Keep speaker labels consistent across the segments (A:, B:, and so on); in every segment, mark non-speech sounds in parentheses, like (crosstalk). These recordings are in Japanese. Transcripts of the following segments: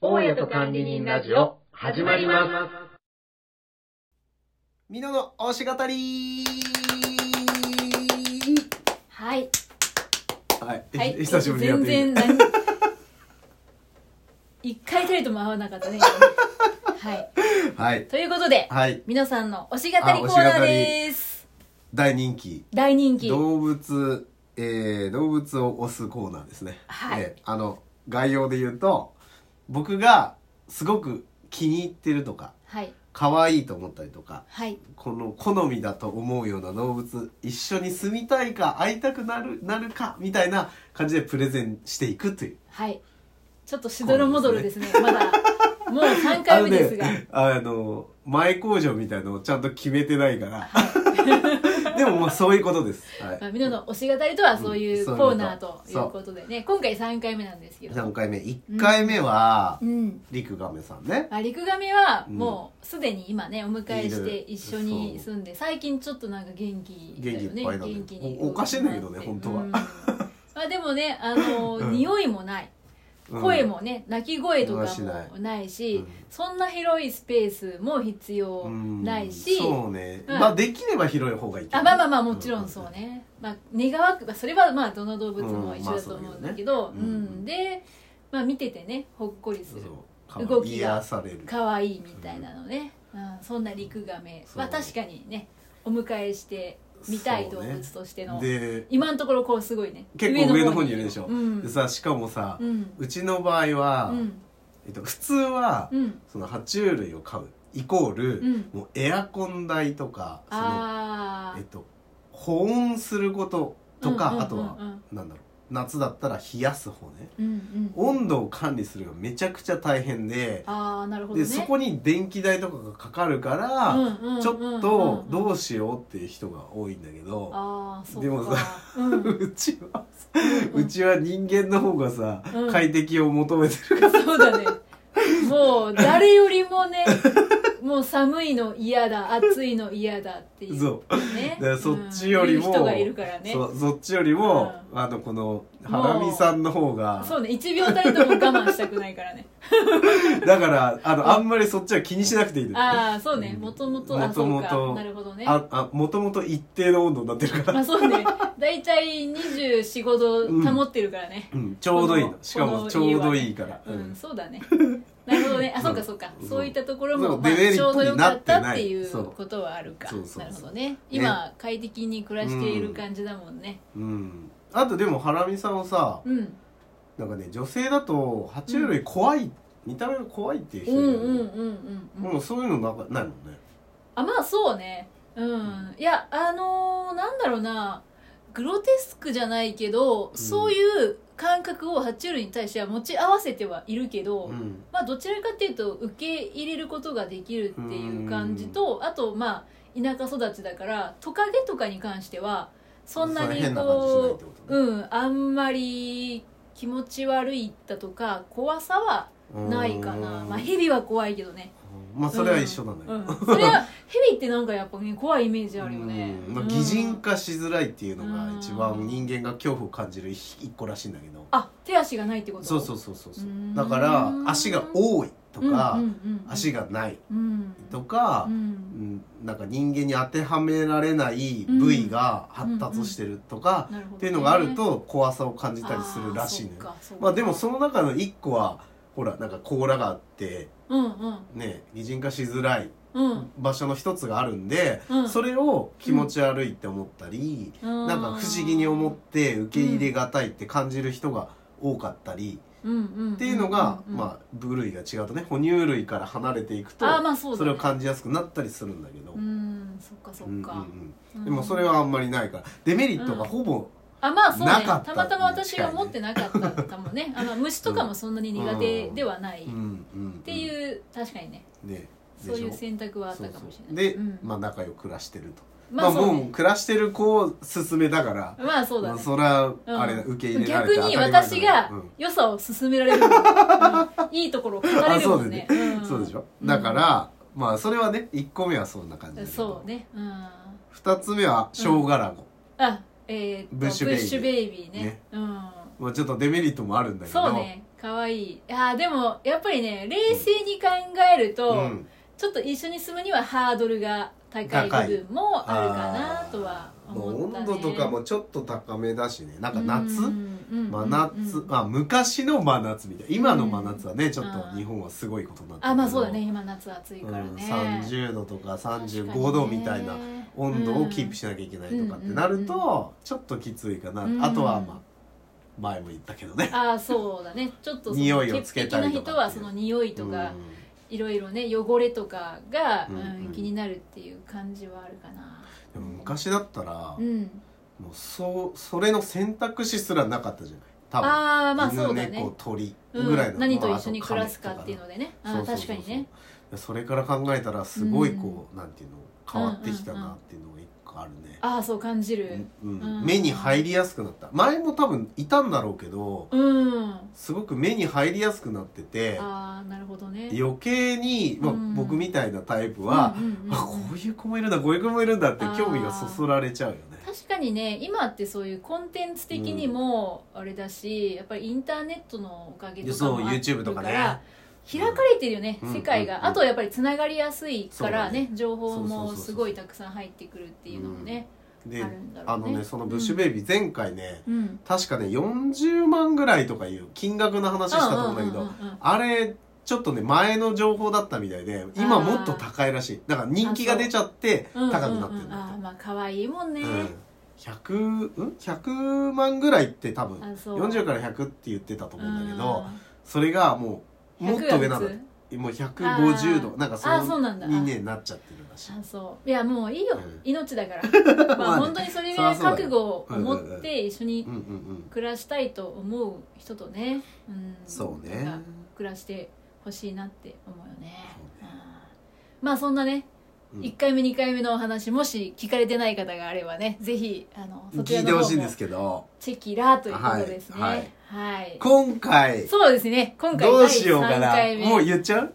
A: ト管理人ラジオ、始まります。
B: みのの推し語り
C: はい。
B: はい、え
C: はい。
B: (laughs) 久しぶりにやってみて
C: 全然何。一回たりとも合わなかったね。はい。
B: はい
C: ということで、
B: はい
C: 皆さんの推し語りコーナーです。
B: 大人気
C: 大人気。
B: 動物、えー、動物を推すコーナーですね
C: はい
B: えーあの概要で言うと僕がすごく気に入ってるとか
C: はい。
B: 可愛いと思ったりとか
C: はい。
B: この好みだと思うような動物一緒に住みたいか会いたくなるなるかみたいな感じでプレゼンしていくという
C: はい。ちょっとしどろもどろですね。まだ。もう3
B: あ
C: 回
B: の
C: 目ですが。
B: ね、あの前工場みたいのをちゃんと決めてないから
C: (laughs)
B: でももうそういうことです。はい
C: まあ、みのの推し語りとはそういう
B: そういうこと
C: コーナーということでね、今回3回目なんですけど。
B: 何回目 ?1 回目は
C: う、ん。
B: リクガメさんね。
C: (laughs) まあ、リクガメはもうすでに今ねお迎えして
B: いる
C: 一緒に住んで最近ちょっとなんか元気だよね
B: 元気いっぱいだね
C: 元気に
B: おおかしいんだけどね本当は
C: うんまあでもねあの、
B: うん
C: 匂いもない
B: うん
C: 声。もね、泣き声とか
B: しない
C: もないし、
B: うん
C: そんな広いスペースも必要
B: うん
C: ないし、
B: そうね。
C: うん
B: まあできれば広い方がいいけど
C: あ
B: ね。
C: まあまあまあもちろんそうね、まあ、願わくばそれはまあどの動物も一緒だと思うんだけど、
B: うんまあそうだけどねうん
C: うんで、まあ、見ててねほっこりす
B: そう
C: る
B: そう。
C: 動きが
B: 癒される。
C: 可愛いみたいなのね、うんそんなリクガメは
B: そう
C: 確かにねお迎えしてみたい動物としての、
B: で、
C: 今のところこうすごいね
B: 結構上の方にいるでしょ。
C: うん
B: でさ、しかもさ
C: う、ん
B: うちの場合
C: う
B: は、
C: ん
B: えっと、普通は
C: う、ん
B: その爬虫類を飼う、イコー
C: う
B: ル、
C: ん
B: もうエアコン代とか、その、
C: あ
B: え
C: ー
B: っと、保温することと
C: うん
B: か、
C: うん
B: あとは
C: うん、
B: なんだろう。夏だったら冷やす方ね。
C: うんうん
B: 温度を管理するのがめちゃくちゃ大変で,、
C: ああなるほどね
B: でそこに電気代とかがかかるか
C: うん
B: ら、
C: うんうんうん
B: ちょっとどうしようっていう人が多いんだけど、
C: ああそうか
B: でもさ
C: うん
B: うちは、 (laughs) うちは人間の方がさ、
C: うん
B: 快適を求めてるから、
C: そうだねもう誰よりもねもう寒いの嫌だ暑いの嫌だっていう
B: そ
C: ね
B: だからそっちより
C: うん
B: も
C: いう人がいるから
B: う
C: ね
B: そそっちよりも、あのこのハラミさんの方が
C: そうね1秒たりとも我慢したくないから
B: (laughs)
C: ね
B: だからあのあんまりそっちは気にしなくていいの
C: ああそうねもともとあそう
B: 元々
C: かなるほどね
B: ああもともと一定の温度になってるから、
C: まあそうね大体2 4 5度保ってるからね
B: うん、ちょうどいい
C: こ
B: の
C: の
B: しか
C: こ
B: も
C: の
B: ちょうどいいから、
C: う
B: うん
C: んそうだねなるほどねあそうかそうか
B: そう
C: そういったところ
B: そ
C: も
B: う
C: まあ
B: デメリ
C: ちょ
B: ッ
C: うど
B: トに
C: よ
B: な
C: か
B: っ
C: ってた
B: ない
C: っていう
B: そう
C: ことはあるか
B: そうそうそう
C: なるほどね今快適に暮らしている感じだもんね
B: うん、あとでもハラミさんはさ
C: うん
B: なんかね女性だと爬虫類怖い、見た目が怖いっていう
C: う
B: 人い
C: んうん
B: る
C: うん
B: よね
C: うんうん
B: もうそういうのなんかないもんね
C: あまあそうねうんいやあのーなんだろうなグロテスクじゃないけど、そういう感覚を爬虫類に対しては持ち合わせてはいるけど、
B: うん
C: まあどちらかっていうと受け入れることができるっていう感じと、あとまあ田舎育ちだからトカゲとかに関してはそんなに
B: 変な感じしないっ
C: こ
B: てこと
C: う、うん、あんまり気持ち悪いだとか怖さは
B: うん
C: ないかな、まあ、蛇は怖いけどね
B: まあそれは一緒なんだけ
C: う
B: ど、
C: ん、それは蛇ってなんかやっぱね怖いイメージあるよね、
B: うんまあ、擬人化しづらいっていうのが一番人間が恐怖を感じる一個らしいんだけど
C: あ手足がないってこと
B: そうそううそうそうそう
C: うん
B: だから足が多いとか、
C: んうんうんうん、
B: 足がない
C: うん
B: とか
C: う、ん
B: うんなんか人間に当てはめられない部位が発達してるとか、
C: なるほどね
B: っていうのがあると怖さを感じたりするらしいのよ。まあでもその中の一個はほらなんか甲羅があって
C: のうんうん
B: ね擬人化しづらい
C: うん
B: 場所の一つがあるんで、
C: うん
B: それを気持ち悪いって思ったり、なんか不思議に思って受け入れがたいって感じる人が多かったり、
C: っ
B: っていうのが、まあ部類が違うとね哺乳類から離れていくと
C: あーまあそうだね
B: れを感じやすくなったりするんだけど。
C: うんそっかそっか
B: うんうんうん
C: うん
B: でもそれはあんまりないからデメリットがほぼ、
C: あまあそう
B: な
C: ね
B: かった
C: たまたま私が持ってなかったかもねあの虫とかもそんなに苦手ではないっ
B: うんうんうん
C: ていう確かにね
B: ね
C: そういう
B: でしょ
C: 選択はあったかもしれない
B: で、
C: うん
B: まあ仲良く暮らしてると、
C: まあ
B: まあ
C: そう
B: もう
C: ね
B: 暮らしてる子を勧めだから、
C: まあそうだ
B: まあ
C: ね
B: それは
C: うん
B: あれ、受け入れられ
C: 逆
B: て当た
C: に
B: り前だ
C: 私が
B: うん
C: 良さを勧められるもんね、うんいいところを語れるもんね
B: あそう
C: うん
B: そうでしょ、だからまあそれはね1個目はそんな感じだけど
C: そうねうんあ
B: 2つ目は生姜ラゴ、
C: えーっと
B: ブッシュベイビー
C: ブッシュベイビーね
B: ね
C: うん
B: まあ、ちょっとデメリットもあるんだけど
C: そうね可愛いいやーでもやっぱりね冷静に考えると、
B: うん
C: ちょっと一緒に住むにはハードルが高い部分もあるかなとは
B: もう
C: 思った、
B: 温
C: ね、
B: 度とかもちょっと高めだしねなんか夏、
C: うん
B: 真夏、
C: うん
B: まあ、昔の真夏みたいな今の真夏はねちょっと日本はすごいことになってるけど
C: あまあそうだね今夏暑いからね、
B: うん、30度とか35度みたいな
C: 確かにね
B: 温度をキープしなきゃいけないとかってなる
C: うん
B: とちょっときついかな、
C: うん
B: あとはまあ前も言ったけどね
C: ああそうだねちょっとその
B: 匂いをつけたりとかってい
C: 潔
B: う
C: 癖な人はその匂いとか、いろいろね汚れとかが、うん
B: うんうん
C: 気になるっていう感じはあるかな
B: うん、でも昔だったら、
C: うん
B: もうそうそれの選択肢すらなかったじゃない多分
C: ああまあそうだ
B: 犬猫
C: ね、
B: 鳥
C: うん
B: ぐらいの、
C: 何と
B: まあ
C: 一緒に
B: あ
C: 暮らすかっていうのでねあ
B: そう
C: あ
B: そう
C: 確
B: そ
C: か
B: う
C: にね
B: そうそれから考えたらすごいこう、なんていうの変わってきたなっていうのが一個あるね、
C: ああそう感じる
B: うん
C: うん
B: 目に入りやすくなった前も多分いたんだろうけど
C: うんあ
B: すごく目に入りやすくなってて
C: あなるほどね
B: 余計に、まあ
C: うん
B: 僕みたいなタイプは、
C: うんうんうん
B: あこういう子もいるんだこういう子もいるんだって興味がそそられちゃうよね
C: 確かにね今ってそういうコンテンツ的にもあれだし、やっぱりインターネットのおかげとかもあ
B: そう
C: る
B: YouTube とかね
C: ら開かれてるよね、
B: うん
C: 世界が、
B: うんうんうん
C: あとやっぱりつながりやすいからね情報
B: そうそうそ
C: も
B: うそう
C: すごいたくさん入ってくるっていうのもね、
B: で
C: あるんだろ
B: あ
C: うね
B: のねそのブッシュベイビー前回ね、
C: うん
B: 確かね40万ぐらいとかいう金額の話したと思うんだけど、
C: うんうんうんうん
B: あれちょっとね前の情報だったみたいで今もっと高いらしいだから人気が出ちゃって
C: うんうんうん
B: 高くなってるん
C: ああ
B: だ
C: まあ可愛いもんね、
B: って、うん100うん100万ぐらいって多分
C: あそう
B: 40から100って言ってたと思うんだけど、
C: うん
B: それがもうもっと上なの
C: 100やつ
B: もう150度
C: あー
B: なんかそ
C: あーそうなんだ
B: のにねなっちゃってるらしい
C: あそういやもういいよ、
B: うん
C: 命
B: (laughs)
C: だから
B: まあ
C: まあ
B: ね
C: 本当にそれぐ
B: そり
C: ら
B: ゃ
C: い
B: そうだよ
C: 覚悟を持って一緒に
B: うんうんうん
C: 暮らしたいと思う人とね、うん、
B: そうね
C: なんか暮らしてほしいなって思うよねうんまあそんなね、
B: うん
C: 1回目2回目のお話もし聞かれてない方があればねぜひあのそち
B: 聞
C: ら
B: いて
C: の
B: ほ
C: 方
B: しいん
C: も
B: ですけど
C: チェキラーということですね
B: は
C: はいい、
B: 今回
C: そうですね今回
B: どうしようかな
C: 第3回目
B: もう言っちゃう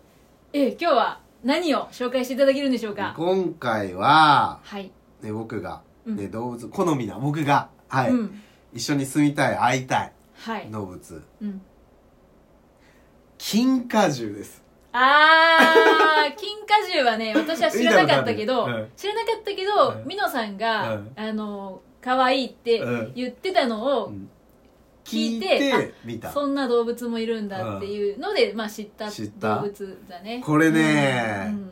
C: ええ今日は何を紹介していただけるんでしょうか
B: 今回は、
C: はい、
B: ね、僕が、
C: うん
B: ね、動物好みな僕が、はい
C: うん
B: 一緒に住みたい会いたい
C: はい、
B: 動物
C: うん、
B: 金華獣です
C: あ
B: (laughs)
C: ー、金華獣はね、私は知らなかったけど、
B: 見たことあるうん
C: 知らなかったけど、
B: うん
C: ミノさんが、
B: うん
C: あの、可愛いって
B: うん
C: 言ってたのを、
B: うん
C: 聞いて
B: 聞いて見た
C: そんな動物もいるんだっていうので、まあ知った
B: 知った
C: 動物だね。
B: これね
C: うんうん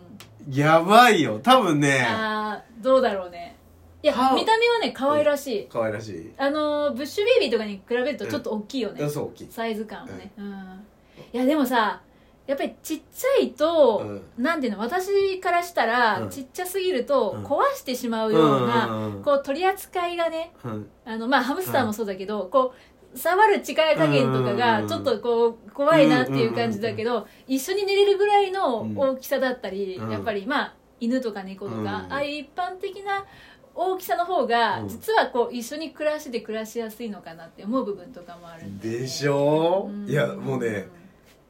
B: やばいよ多分ね
C: あー、どうだろうね。いや
B: は、
C: 見た目はね、可愛らしい。
B: 可愛らしい
C: あの、ブッシュベイビーとかに比べるとちょっと大きいよね。
B: そう大きい
C: サイズ感はね、うんいやでもさやっぱりちっちゃいと、なんていうの私からしたら、
B: うん
C: ちっちゃすぎると
B: うん
C: 壊してしまうような、
B: うん
C: こう取り扱いがね
B: うん
C: あの、まあ、ハムスターもそうだけど、こう触る力加減とか
B: う
C: が
B: ん
C: ちょっとこう怖いなっていう感じだけど、一緒に寝れるぐらいの大きさだったり、
B: うん
C: やっぱりまあ犬とか猫とか、
B: うん
C: ああいう一般的な大きさの方が、
B: うん
C: 実はこう一緒に暮らして暮らしやすいのかなって思う部分とかもあるんだよね
B: でしょ
C: うん
B: いやもうね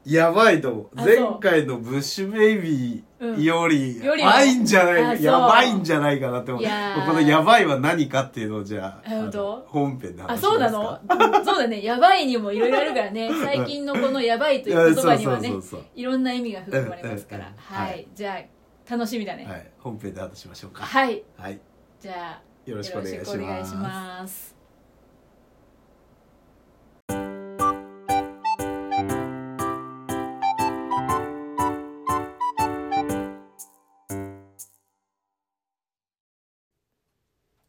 B: やばいと思う
C: あそう
B: 前回のブッシュベイビ
C: う
B: ー
C: ん
B: より
C: よりも
B: やばいんじゃな
C: あ
B: い
C: そう
B: やばいんじゃないかなって思う
C: いやー
B: この「やばい」は何かっていうのをじゃあ
C: なるほど
B: あの本編で
C: あ
B: 話しますか
C: そうな
B: (laughs)
C: のそうだね「やばい」にもいろいろあるからね最近のこの「やばい」という言葉にはね
B: そうそうそう
C: いろんな意味が含まれますか
B: うん
C: ら
B: うん
C: はい、
B: はい
C: じゃあ楽しみだ
B: そう
C: ね
B: はい本編で話しましょうか
C: はい、
B: はい
C: じゃあ
B: よろしくお願いします
C: よろくお願いします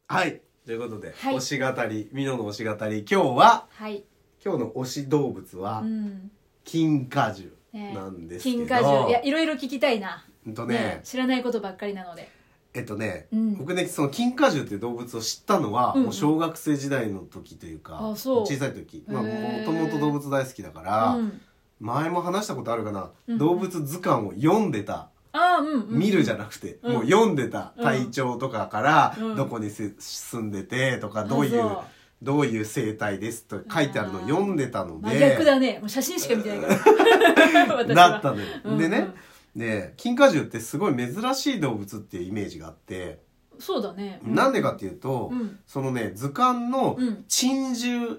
B: はいということで、
C: はい
B: 推し語りミノの推し語り今日は
C: はい、
B: 今日の推し動物は
C: うん
B: 金華獣
C: ね
B: なんですけど、
C: 金華獣いやいろいろ聞きたいな、
B: うんとね
C: ね、知らないことばっかりなので
B: えっとね、
C: うん
B: 僕ねその金華獣っていう動物を知ったのは、
C: うんうん
B: もう小学生時代の時というか
C: あそう
B: 小さい時まあ
C: へ
B: も
C: ー
B: ともと動物大好きだから、
C: うん、
B: 前も話したことあるかな、
C: うん
B: 動物図鑑を読んでた
C: あーうん、うん、
B: 見るじゃなくて、
C: うん
B: もう読んでた体調とかから、
C: うん
B: どこにせ住んでてとか
C: あ
B: どういう
C: そ
B: どういう生態ですと書いてあるのを読んでたの
C: 真
B: で
C: 逆だねもう写真しか見てないから
B: (laughs)
C: 私は
B: だったのよ。
C: うん
B: でね、で金華獣ってすごい珍しい動物っていうイメージがあって、
C: そうだね
B: な、んでかっていうと、
C: うん
B: そのね図鑑の
C: うん
B: 珍獣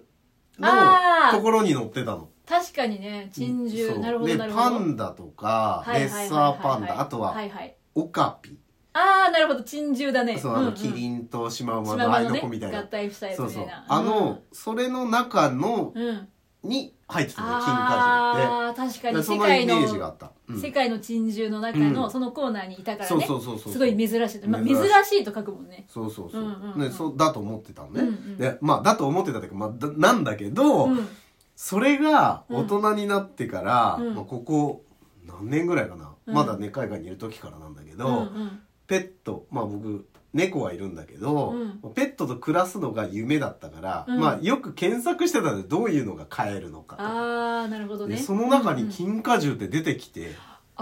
C: あー
B: のところに載ってたの。
C: 確かにね珍
B: そう
C: 獣なるほど
B: で
C: なるほど
B: パンダとか
C: はい
B: レ
C: は
B: ッ
C: いはいはい
B: サーパンダあと
C: は
B: はい
C: はい
B: オカピ
C: ああなるほど珍獣だね
B: そうあ
C: ん
B: の
C: ん
B: キリンとシマウマ
C: シ
B: の
C: マ
B: あ
C: ウ
B: い
C: マ
B: の
C: の
B: 子み
C: ね
B: たいな
C: 合体したやつ
B: そう
C: み
B: そ
C: たいうな
B: あのそれの中の
C: うんうん
B: に入ってたの金貨
C: ああ確か
B: 獣
C: に
B: ってそ
C: 世
B: のイ
C: 界
B: メージがあ
C: の
B: ったうん
C: 世界の珍獣の中
B: う
C: の
B: ん
C: そのコーナーにいたから
B: そう
C: ね
B: そうそうそう
C: すごい珍しいまあ
B: 珍
C: 珍
B: しい
C: しいと書くもんね
B: そうそうそう,、
C: うんうんうん
B: ね、そうだと思ってたのね、
C: うんうん
B: でまあだと思ってたというか、まあ、だなんだけど、
C: うん
B: それが大人になってから、
C: うん
B: まあ、ここ何年ぐらいかな、
C: うん
B: まだね海外にいる時からなんだけど、
C: うん
B: ペットまあ僕猫はいるんだけど、
C: うん
B: ペットと暮らすのが夢だったから、
C: うん
B: まあよく検索してたんでどういうのが飼えるのかとか
C: ああなるほど
B: で
C: ね
B: その中
C: うん
B: に
C: うん
B: 金華獣って出てきて、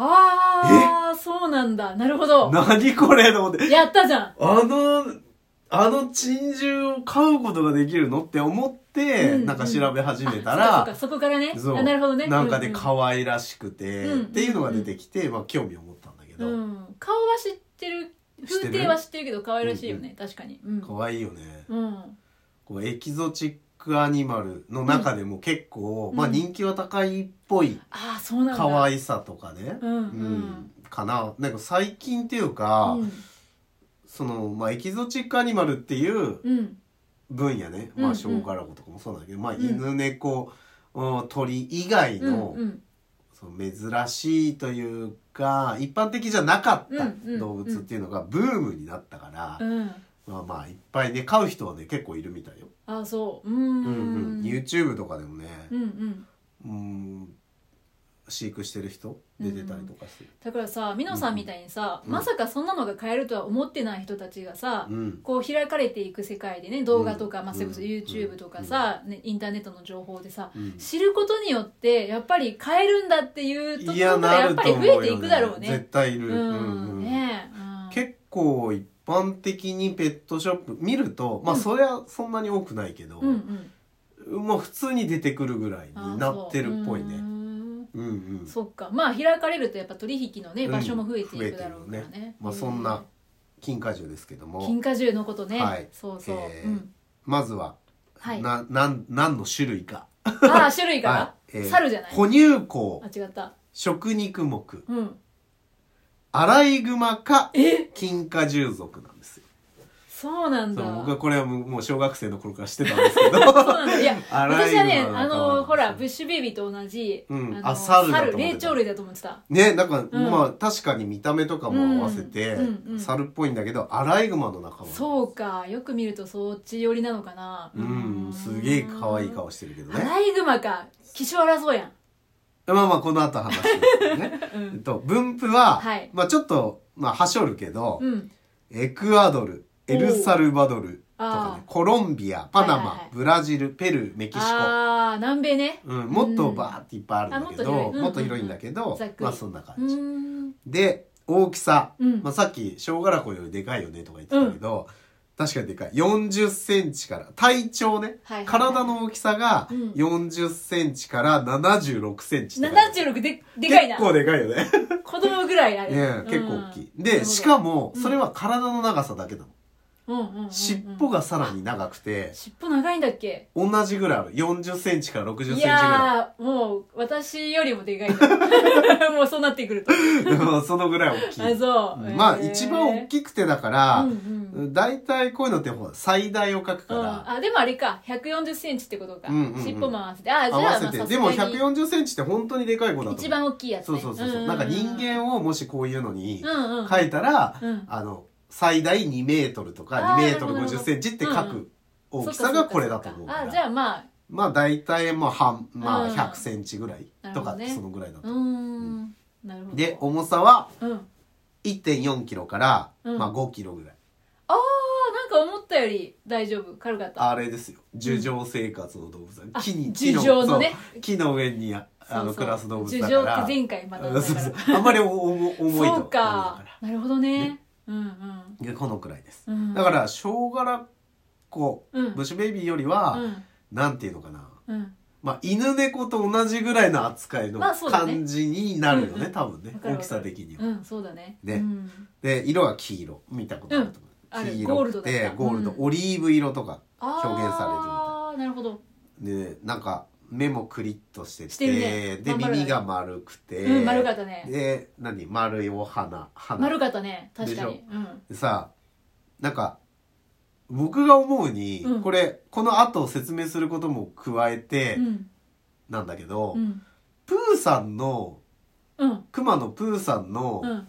C: ああそうなんだなるほど
B: 何これと思って
C: やったじゃん
B: あの、あの珍獣を飼うことができるのって思って、
C: うん
B: なんか調べ始め
C: あそ
B: た、
C: っからそっかそこからね
B: そう
C: あなるほどね
B: なんかで
C: うう
B: 可愛らしくて、
C: うん
B: っていうのが出てきて、まあ興味を持ったんだけど、
C: うん顔は知ってる
B: 知って
C: 風
B: る
C: 景は知ってるけど可愛らしいよね、確かにうん
B: 可愛いよね。
C: うん
B: こうエキゾチックアニマルの中でも結構、
C: うん
B: まあ人気は高いっぽい
C: ああそうなんだ
B: 可
C: い
B: 愛さとかね、
C: うんうん
B: かな。なんか最近っていうか、その、まあエキゾチックアニマルっていう
C: うん、うん、
B: 分野ね、
C: うん
B: ま
C: う
B: あ、
C: ん
B: 小ガラゴとかもそうなんだけど、まあ、
C: うん
B: 犬猫、うん鳥以外の,、
C: うんうん
B: その珍しいというか一般的じゃなかった
C: うんうん
B: 動物っていうのがブームになったから、
C: うん
B: まあまあいっぱいね飼う人はね結構いるみたいよ、
C: ああそううん
B: うんうん、YouTube とかでもね、
C: うんうん
B: うん、飼育してる人出てたりとかする、
C: だからさ美濃さんみたいにさ、
B: うん
C: まさかそんなのが変えるとは思ってない人たちがさ、
B: うん
C: こう開かれていく世界でね動画とか、
B: うん
C: まあ、それこそ YouTube とかさ、ね、インターネットの情報でさ、
B: うん
C: 知ることによってやっぱり変えるんだっていうとこ
B: い
C: ろ
B: や
C: が
B: な
C: やっ
B: る
C: ぱ
B: と
C: り
B: 思う
C: 増え
B: よ、
C: ていくだろうね。
B: 絶対いる、
C: うんねうん
B: 結構一般的にペットショップ見るとまあ
C: うん
B: それはそんなに多くないけど、
C: うんうん
B: まあ普通に出てくるぐらい
C: あー
B: になってるっぽい
C: そううー
B: ね
C: ん
B: うんうん
C: そっかまあ開かれるとやっぱ取引のね
B: うん
C: 場所も増えていくだろうからね,、
B: 増えてるよまあそんな金華獣ですけど
C: うん金
B: も
C: 華獣のことね、
B: はい
C: そうそう、
B: えー
C: うん
B: まずは、
C: はい
B: ななん何の種類か
C: あ
B: (laughs)
C: あ種類から、
B: はいえー
C: 猿じゃない
B: 哺乳綱
C: あ違った
B: 食肉目
C: うん
B: アライグマか
C: え
B: 金華獣族なんですよ
C: そうなんだ
B: そう僕はこれはもうもう小学生の頃から知ってたんですけど
C: そうなんだいや
B: (laughs) アラ
C: 私
B: イグマ
C: はねあ
B: 仲間なんです
C: の
B: よ
C: ほらブッシュベイビーと同じ、
B: うん
C: の
B: あ猿だと思ってた
C: 霊長類だと思ってた
B: ねなんか、
C: うん
B: まあ確かに見た目とかも合わせて、
C: うんうんうん
B: 猿っぽいんだけどアライグマの仲間
C: そうかよく見るとそっち寄りなのかな
B: うんすげえ可愛い顔してるけど
C: ア
B: ね
C: ライグマか気性荒そうやん
B: まあまあこの後話しますけどね、
C: (laughs) うん
B: えっと、分布は、
C: はい
B: まあちょっと、まあ、はしょるけど、
C: うん
B: エクアドルエルサルバドルとか
C: あ
B: ねコロンビアパナマ、
C: はいはいはい
B: ブラジルペルーメキシコ、
C: ああ南米ね
B: うん、もっとバーっていっぱいあるんだけど、
C: あもっと広いうんうんうん
B: もっと広いんだけど、
C: ざっくり
B: まあそんな
C: う
B: 感じ、
C: ーん
B: で大きさ、
C: うん
B: まあ、さっき小ガラコよりでかいよねとか言ってたけど、確かにでかい4 0ンチから体長
C: は
B: ね、
C: いはいはい
B: 体の大きさが
C: うん
B: 4 0ンチから7 6ンチって書いてある
C: 76ででかいな
B: 結構でかいよね
C: 子供ぐらいあれ、
B: ね
C: うん
B: 結構大きい、
C: なる
B: で
C: ほど
B: しかも
C: うん
B: それは体の長さだけな
C: う
B: の、
C: んうんうんうん
B: 尻尾がさらに長くて
C: 尻尾長いんだっけ
B: 同じぐらいある4 0ンチから6 0ンチ
C: い
B: ぐら
C: やーもう私よりもでかい (laughs) もうそうなってくると
B: い (laughs) そのぐらい大き
C: あ
B: い
C: そう、
B: まあ一番大
C: い
B: きくてだから、
C: うんうん
B: 大体こういうのってほら最大を書くか
C: うん、
B: ら、
C: あでもあれか1 4 0ンチってことか、
B: うんうんうん
C: 尻尾も合わせてあじゃ
B: 合
C: あ
B: わせ
C: まあ
B: て、
C: さす
B: で
C: が
B: も
C: に
B: 1 4 0ンチって本当にでかい子だと思う
C: 一番大きいやつ、
B: そう
C: ね、
B: そうそうそうなんか人間をもしこういうのに
C: うんうん
B: 書いたら、
C: うん
B: あの最大2メートルとか
C: あー
B: 2メートル5 0ンチって書
C: なるほどうんう
B: く大きさがこれだと思うから
C: あじゃあまあ
B: まあ大体まあ半、まあ、
C: うん
B: 100センチぐらいと
C: なるほ
B: か
C: どね
B: そのぐらいだ
C: う
B: と、
C: ーんなるほど
B: で重さは
C: うん、あ
B: 1 4キロから、
C: うん
B: まあ、5キロぐらい
C: あーなんか思ったより大丈夫軽かった
B: あれですよ樹上生活の動物だ、
C: あ
B: 木に木
C: 樹
B: の
C: 上のね
B: そう木の上にああ
C: そうそ
B: の
C: う
B: 暮らす動物
C: 樹
B: だ
C: 上
B: か
C: っ
B: ら
C: て前回学んだから
B: そうそうあんまりお重重いと
C: そうかなるほどねうん
B: ダメだからでこのくらいです、
C: うんうん
B: だから小柄子
C: うん
B: ブッシュベイビーよりは、
C: うん
B: なんていうのかな
C: うん
B: まあ犬猫と同じぐらいの扱いの
C: まあそうだね
B: 感じになるよね,、
C: うんうん
B: 多分ね
C: わかるわ
B: 大
C: かる
B: きさ的には、
C: うんそうだね
B: ね
C: うん
B: で色は黄色見たことあると思う、
C: うん
B: 黄
C: あるゴー
B: 色
C: ル
B: く
C: ドだ
B: て
C: った
B: ゴールド
C: うん
B: オリーブ色とか
C: あー
B: 表現されてるみたい
C: なるほど
B: でなんか目もクリッとしてて
C: してるね
B: で
C: まん丸だね
B: 耳が丸くて、
C: うん丸かったね
B: で何丸いお花花
C: 丸かったね確か
B: で
C: にうん
B: でさなんか僕が思うに、
C: うん
B: これこの後説明することも加えて
C: うん
B: なんだけど、
C: うん
B: プーさんの
C: うん
B: 熊野プーさんの
C: う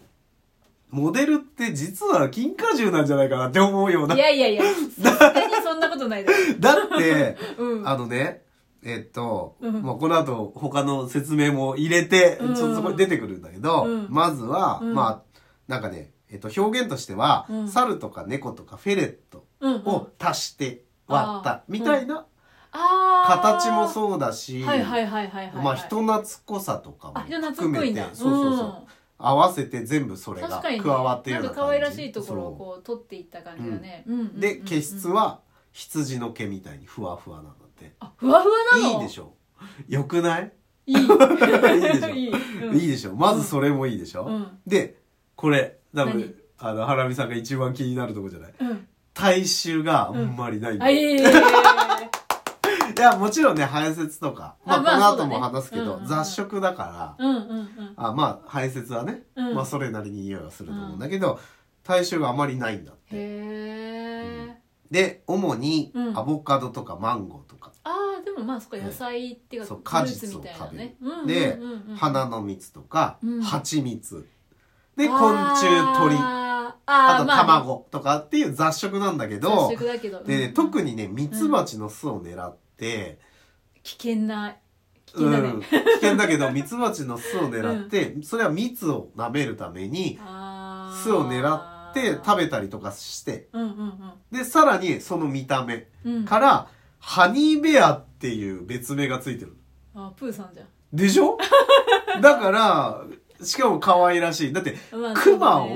B: モデルって実は金華獣なんじゃないかなって思うようなん
C: いやいやいやさすがにそんなことないだろ
B: (laughs) だって
C: うん
B: あのねえっと、
C: うん
B: まあ、この後他の説明も入れて、
C: うん
B: ちょっとそこに出てくるんだけど、
C: うん
B: まずは、
C: うん
B: まあなんかね、えっと、表現としては、
C: うん
B: 猿とか猫とかフェレット
C: うんうん
B: を足して割っ
C: あー
B: たみたいな
C: あー
B: 形もそうだし、
C: はいはいはいはいはいはい
B: まあ人懐っこさとかも
C: あ人
B: 含
C: 懐っこ
B: め
C: いん
B: て
C: だ
B: そうそうそう、合わせて全部そ
C: うん
B: れが
C: 確かにね
B: 加わってるような
C: ん
B: 感
C: か
B: じ
C: 可愛らしいところを
B: そ
C: こう取っていった感じだねうんうんうんう
B: うんで毛質は羊の毛みたいにふわふわなんだって
C: あふわふわなの
B: いいでしょよく
C: (laughs)
B: ない
C: いいい
B: いでしょ
C: いうん
B: いいでしょまずそれもいいでしょ、
C: うん
B: でこれ多分
C: 何
B: あのハラミさんが一番気になるとこじゃない
C: うん
B: 体臭があんまりないんだ
C: あ
B: よ、
C: い
B: い
C: えいえいえいえ
B: やもちろんね排泄とか、まあ
C: あまあ
B: この後も
C: そうだね
B: 話すけど、
C: うんうんうん
B: 雑食だから、
C: うんうんうん
B: あまあ排泄はね、
C: うん
B: まあそれなりに匂いはすると思うんだけど、体臭があまりないんだって
C: へえ
B: で主に
C: うん
B: アボカドとかマンゴーとか、
C: あーでもまあそっか野菜っていうか
B: そう
C: フルーツみたいなねうんうんうんうん
B: で花の蜜とか、
C: うん
B: 蜂蜜で昆虫鳥
C: あー
B: あ
C: あー
B: と
C: まあね
B: 卵とかっていう雑食なんだけど、
C: 雑食だけど
B: でね、
C: うん
B: 特にね、ミツバチの巣を狙って、
C: 危険な危険
B: うん、
C: だね、
B: 危険だ
C: (laughs)
B: けど、ミツバチの巣を狙って、それは蜜を舐めるために、
C: あー
B: 巣を狙って食べたりとかして、
C: うんうん
B: で、さらにその見た目
C: うんうん
B: から、ハニーベアっていう別名がついてる。
C: あプーさんじゃん
B: で
C: (laughs)
B: しょだから、しかも可愛らしい。だって、
C: まあ
B: クマを
C: そ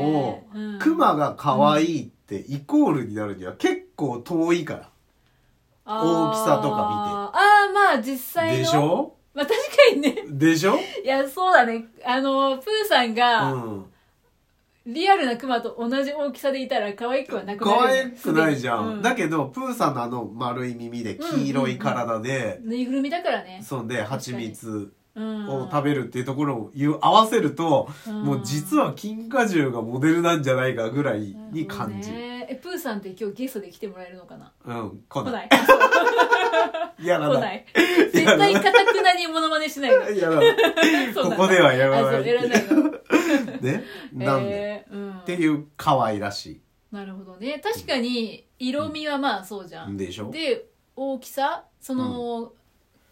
C: うねうん
B: クマが可愛いってイコールになるには結構遠いから。
C: あー
B: 大きさとか
C: ああまあ実際の
B: でしょ
C: まあ確かにね
B: でしょ
C: いやそうだねあのプーさん
B: う
C: が
B: ん。
C: リアルなクマと同じ大きさでいたら可愛くはなくなる
B: 可愛くないじゃん、
C: う
B: だけどプーさんのあの丸い耳で黄色い体で、
C: ぬいぐるみだからね
B: そんで蜂蜜
C: うん
B: を食べるっていうところを言う合わせると、もう実は金華獣がモデルなんじゃないかぐらいに感
C: なるほど
B: じる、
C: ねえプーさんって今日ゲストで来てもらえるのかな
B: うん来
C: 来
B: ない (laughs)
C: ないあそう
B: やら
C: 来
B: な
C: ないい絶対かたくなにモノマネしないの
B: やらな
C: (laughs)
B: い
C: そうなんだ
B: (laughs) ここではやらない
C: あそうやらないの
B: ねなんで、
C: えーうん、
B: っていう可愛らし
C: なるほどね確かに色味はまあそうじゃ
B: い
C: ん、
B: でしょ
C: で大きさその、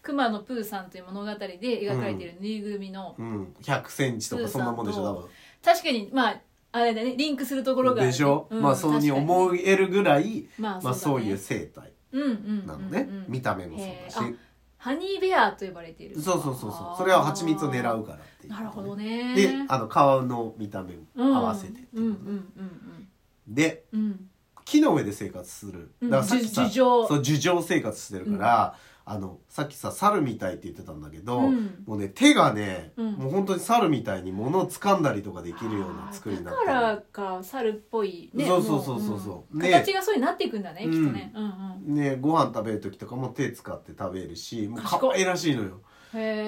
C: 熊野プーさんという物語で描かれているぬいぐるみの、
B: うん、100センチとかそんなもんでしょ多分
C: 確かにまああれだねリンクするところがあるね、
B: でしょ、
C: ん
B: まあそうに
C: 確
B: 思えるぐらい、
C: かにまあ
B: まあ、そう
C: だね
B: いう生態
C: うんうん
B: なのね、
C: うんうん
B: 見た目もそうだし、
C: へーあハニーベアと呼ばれている
B: そうそうそう
C: あ
B: そ
C: ー
B: うそれは蜂蜜を狙うからっていう、
C: なるほどね
B: であの顔の見た目
C: うん
B: も合わせてってい
C: う
B: う、
C: んうんうん
B: で
C: うんうん
B: 木の上で生活する
C: うん
B: だからさっきさ
C: 樹樹上
B: そう樹上生活してるから、あのさっきさ猿みたいって言ってたんだけど、
C: うん
B: もうね手がね、
C: うん
B: もう本当に猿みたいに物を掴んだりとかできるような作りになってる
C: あーだからか猿っぽいね
B: そうそうそうそうそう
C: もん
B: ね
C: 形がそうになっていくんだね、
B: うん
C: きっとね、うんうん、
B: ねご飯食べる時とかも手使って食べるしもう
C: 賢い
B: 可愛らしいのよ、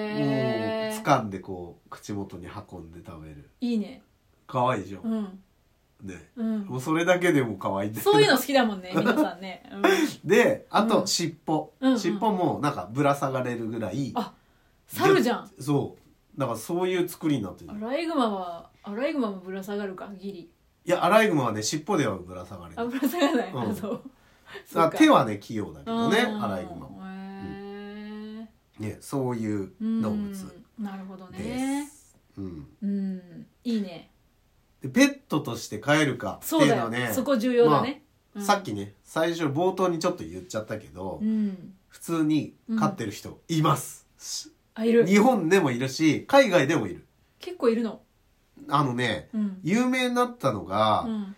C: へ
B: も
C: え
B: う掴んでこう口元に運んで食べる
C: いいね
B: 可愛いでしょ、
C: うん
B: ね
C: うん
B: もうそれだけでも可愛いんだよね
C: そういうの好きだも
B: (laughs)
C: んね皆さんね、うん、
B: であ
C: う
B: と
C: ん
B: 尻尾、
C: うんうん
B: 尻尾もなんかぶら下がれるぐらい
C: あ猿じゃん
B: そうだからそういう作りになってる
C: アライグマはアライグマもぶら下がるかギリ
B: いやアライグマはね尻尾ではぶら下がれ
C: あ
B: る
C: ぶら下がらない、
B: うん
C: あそう
B: だから手はね器用だけどね
C: うん
B: アライグマも
C: へ
B: ねそういう
C: えうん
B: 動物
C: なるほど
B: で
C: ね
B: す、うん、
C: うんいいね
B: でペットとして飼えるかって
C: そう
B: い
C: だ
B: うの
C: よ、
B: はね
C: そこ重要だね、うん
B: さっきね最初冒頭にちょっと言っちゃったけど、
C: うん
B: 普通に飼ってる人います、し
C: あいる
B: 日本でもいるし海外でもいる
C: 結構いるの
B: あのね
C: うん
B: 有名になったのが、
C: うん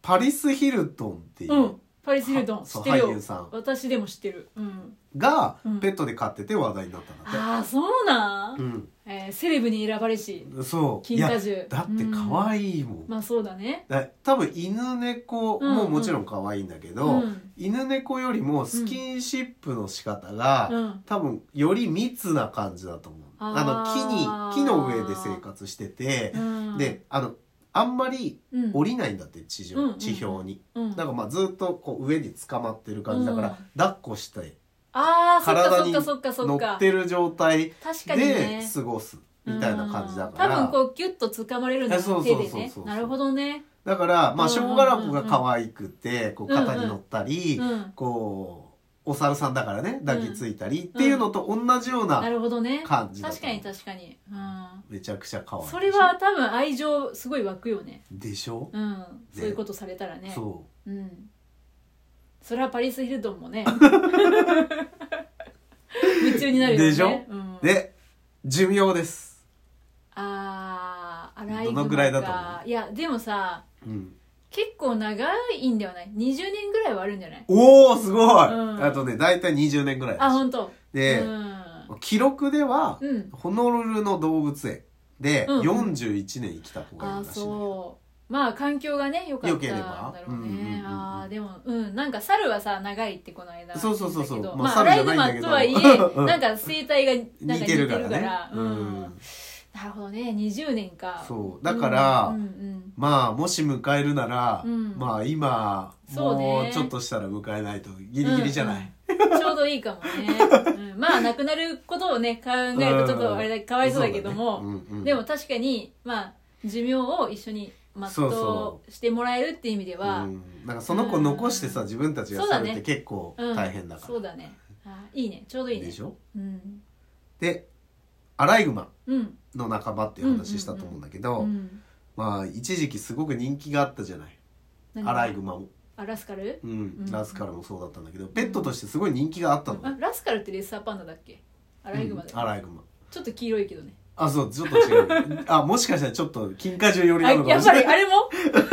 B: パリス・ヒルトンっていう、
C: うん、パリス・ヒルトン
B: は
C: 知
B: そう
C: ってる
B: 俳
C: よ
B: 優さん
C: 私でも知ってるうん
B: が
C: うん
B: ペットで飼ってて話題になったんだって。
C: ああそうなん、
B: うん、
C: えーセレブに選ばれし
B: そう
C: 金華獣
B: いやだって可愛いもん、
C: まあそうだね
B: だ多分犬猫ももちろん可愛いんだけど、
C: うん
B: 犬猫よりもスキンシップの仕方が、
C: うん
B: 多分より密な感じだと思う
C: あ
B: あ
C: ー
B: の木に木の上で生活してて、
C: うん
B: であのあんまり
C: うん
B: 降りないんだって地上、
C: うん
B: 地表に、
C: うん
B: だからまあずっとこう上に捕まってる感じだから、
C: うん
B: 抱っこして
C: ああそっか
B: 体
C: そっ
B: に
C: かそっかそ
B: 乗
C: っか
B: ってる状態
C: 確かに
B: で
C: ね
B: 過ごすみたいな感じだか
C: うん
B: ら、
C: 多分こうギュッと掴まれるんだ
B: えそう
C: 手
B: そう
C: で
B: そう
C: ね
B: そう
C: なるほどね
B: だからまあ
C: うん
B: シ
C: うんうんうん
B: ョウガラコが可愛くてこう肩に乗ったり、
C: うん
B: こうお猿さんだからね抱きついたりっていうのと同じような
C: なるほどね
B: 感じだと
C: 確
B: 思う
C: かに確かにうん
B: めちゃくちゃ可愛い
C: それは多分愛情すごい湧くよね
B: でしょ、
C: うんそういうことされたらね
B: そ
C: うんそれはパリス・ヒルトンも
B: (laughs)
C: ね夢中になるよね
B: でしょ
C: うん
B: うで寿命です、
C: あーアライグマ
B: どのぐらいだと
C: か
B: 思
C: いやでもさ
B: うん、
C: 結構長いんではない20年ぐらいはあるんじゃない
B: おおすごい、
C: うん
B: あとね大体20年ぐらい
C: あ
B: です
C: 本当。
B: で
C: う、ん
B: 記録では、
C: うん
B: ホノルルの動物園で
C: うん
B: 41年生きた子がい
C: あ
B: るらしいんだけど、
C: そうまあ環境がね良かったん
B: 良ければ
C: だろうね、
B: うんうんうんうん
C: ああでもうんなんか猿はさ長いってこの間
B: そうそうそうそ
C: 言
B: う
C: ったけど
B: まあ
C: まあアライ
B: 猿じ
C: グ
B: ゃな
C: マ
B: いん
C: と
B: だ
C: は
B: け
C: い
B: ど
C: えなんか生態がなんか
B: 似
C: 似
B: て
C: てる
B: る
C: か
B: かららね
C: うん
B: うん
C: なるほどね20年か
B: そうだから
C: うんうん
B: まあもし迎えるなら、
C: うん
B: まあ今
C: そうね
B: もうちょっとしたら迎えないとギリギリじゃない、
C: うんちょうどいいかも
B: (laughs)
C: ね、うんまあ亡くなることをね考えるとちょっとあれだかわいそうだけども、
B: そうだねうんうん
C: でも確かにまあ寿命を一緒に全
B: そう
C: う
B: そ
C: してもらえるっていう意味では、
B: うん、なんかその子残してさ、自分たちが
C: そうだ
B: さ
C: ね
B: れて結構
C: うん
B: 大変だから、
C: そうだねあいいねちょうどいいね
B: でしょ
C: うん
B: でアライグマ
C: うん
B: の仲間っていう話したと思うんだけど、
C: うん
B: まあ一時期すごく人気があったじゃない
C: 何
B: アライグマも、
C: あラスカル
B: うん
C: うん
B: ラスカルもそうだったんだけどペットとしてすごい人気があったの、
C: あラスカルってレッサーパンダだっけアライグマだ
B: う
C: よ
B: んアライグマ
C: ちょっと黄色いけどね
B: あそうちょっと違うあもしかしたらちょっと金華獣寄り
C: あ
B: なのか
C: や
B: も
C: っ
B: しれ
C: ぱ
B: ない
C: りあれも
B: (laughs)
C: 金華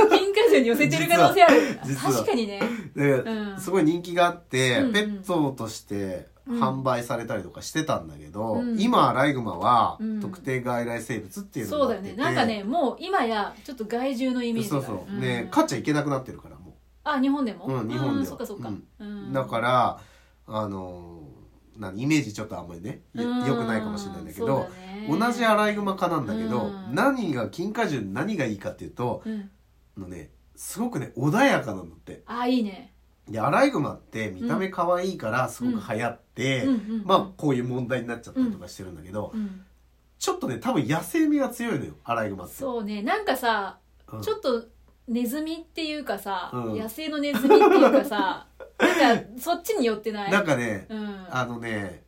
C: 獣に寄せてる可能性ある
B: 実は
C: 確かにね
B: で、
C: うん
B: すごい人気があって、
C: うんうん
B: ペットとして販売されたりとかしてたんだけど、
C: うん
B: 今アライグマは
C: うん
B: 特定外来生物っていうの
C: そうだ
B: に
C: よ
B: なっ
C: ね
B: てて
C: なんかねもう今やちょっと害獣のイメージ
B: そ
C: があ
B: う
C: る
B: そう、
C: ん
B: ね飼っちゃいけなくなってるからも
C: あ日本でも
B: うん日本では
C: そっかそっか
B: うん
C: うん
B: うだからあのー何イメージちょっとあんまりねよ
C: うん
B: 良くないかもしれないんだけど
C: そうだね
B: 同じアライグマ科なんだけど、
C: うん
B: 何が金華獣何がいいかっていうと
C: うん
B: あのねすごくね穏やかなんだって
C: あいいね
B: でアライグマって見た目可愛いからすごく流行って、
C: うんうんうん
B: まあこういう問題になっちゃったりとかしてるんだけど、
C: うん
B: ちょっとね多分野生味が強いのよアライグマって
C: そうねなんかさ
B: うん
C: ちょっとネズミっていうかさ、
B: うん
C: 野生のネズミっていうか
B: (laughs)
C: さなんかそっちに寄ってない
B: なんかね、
C: うん、
B: あのね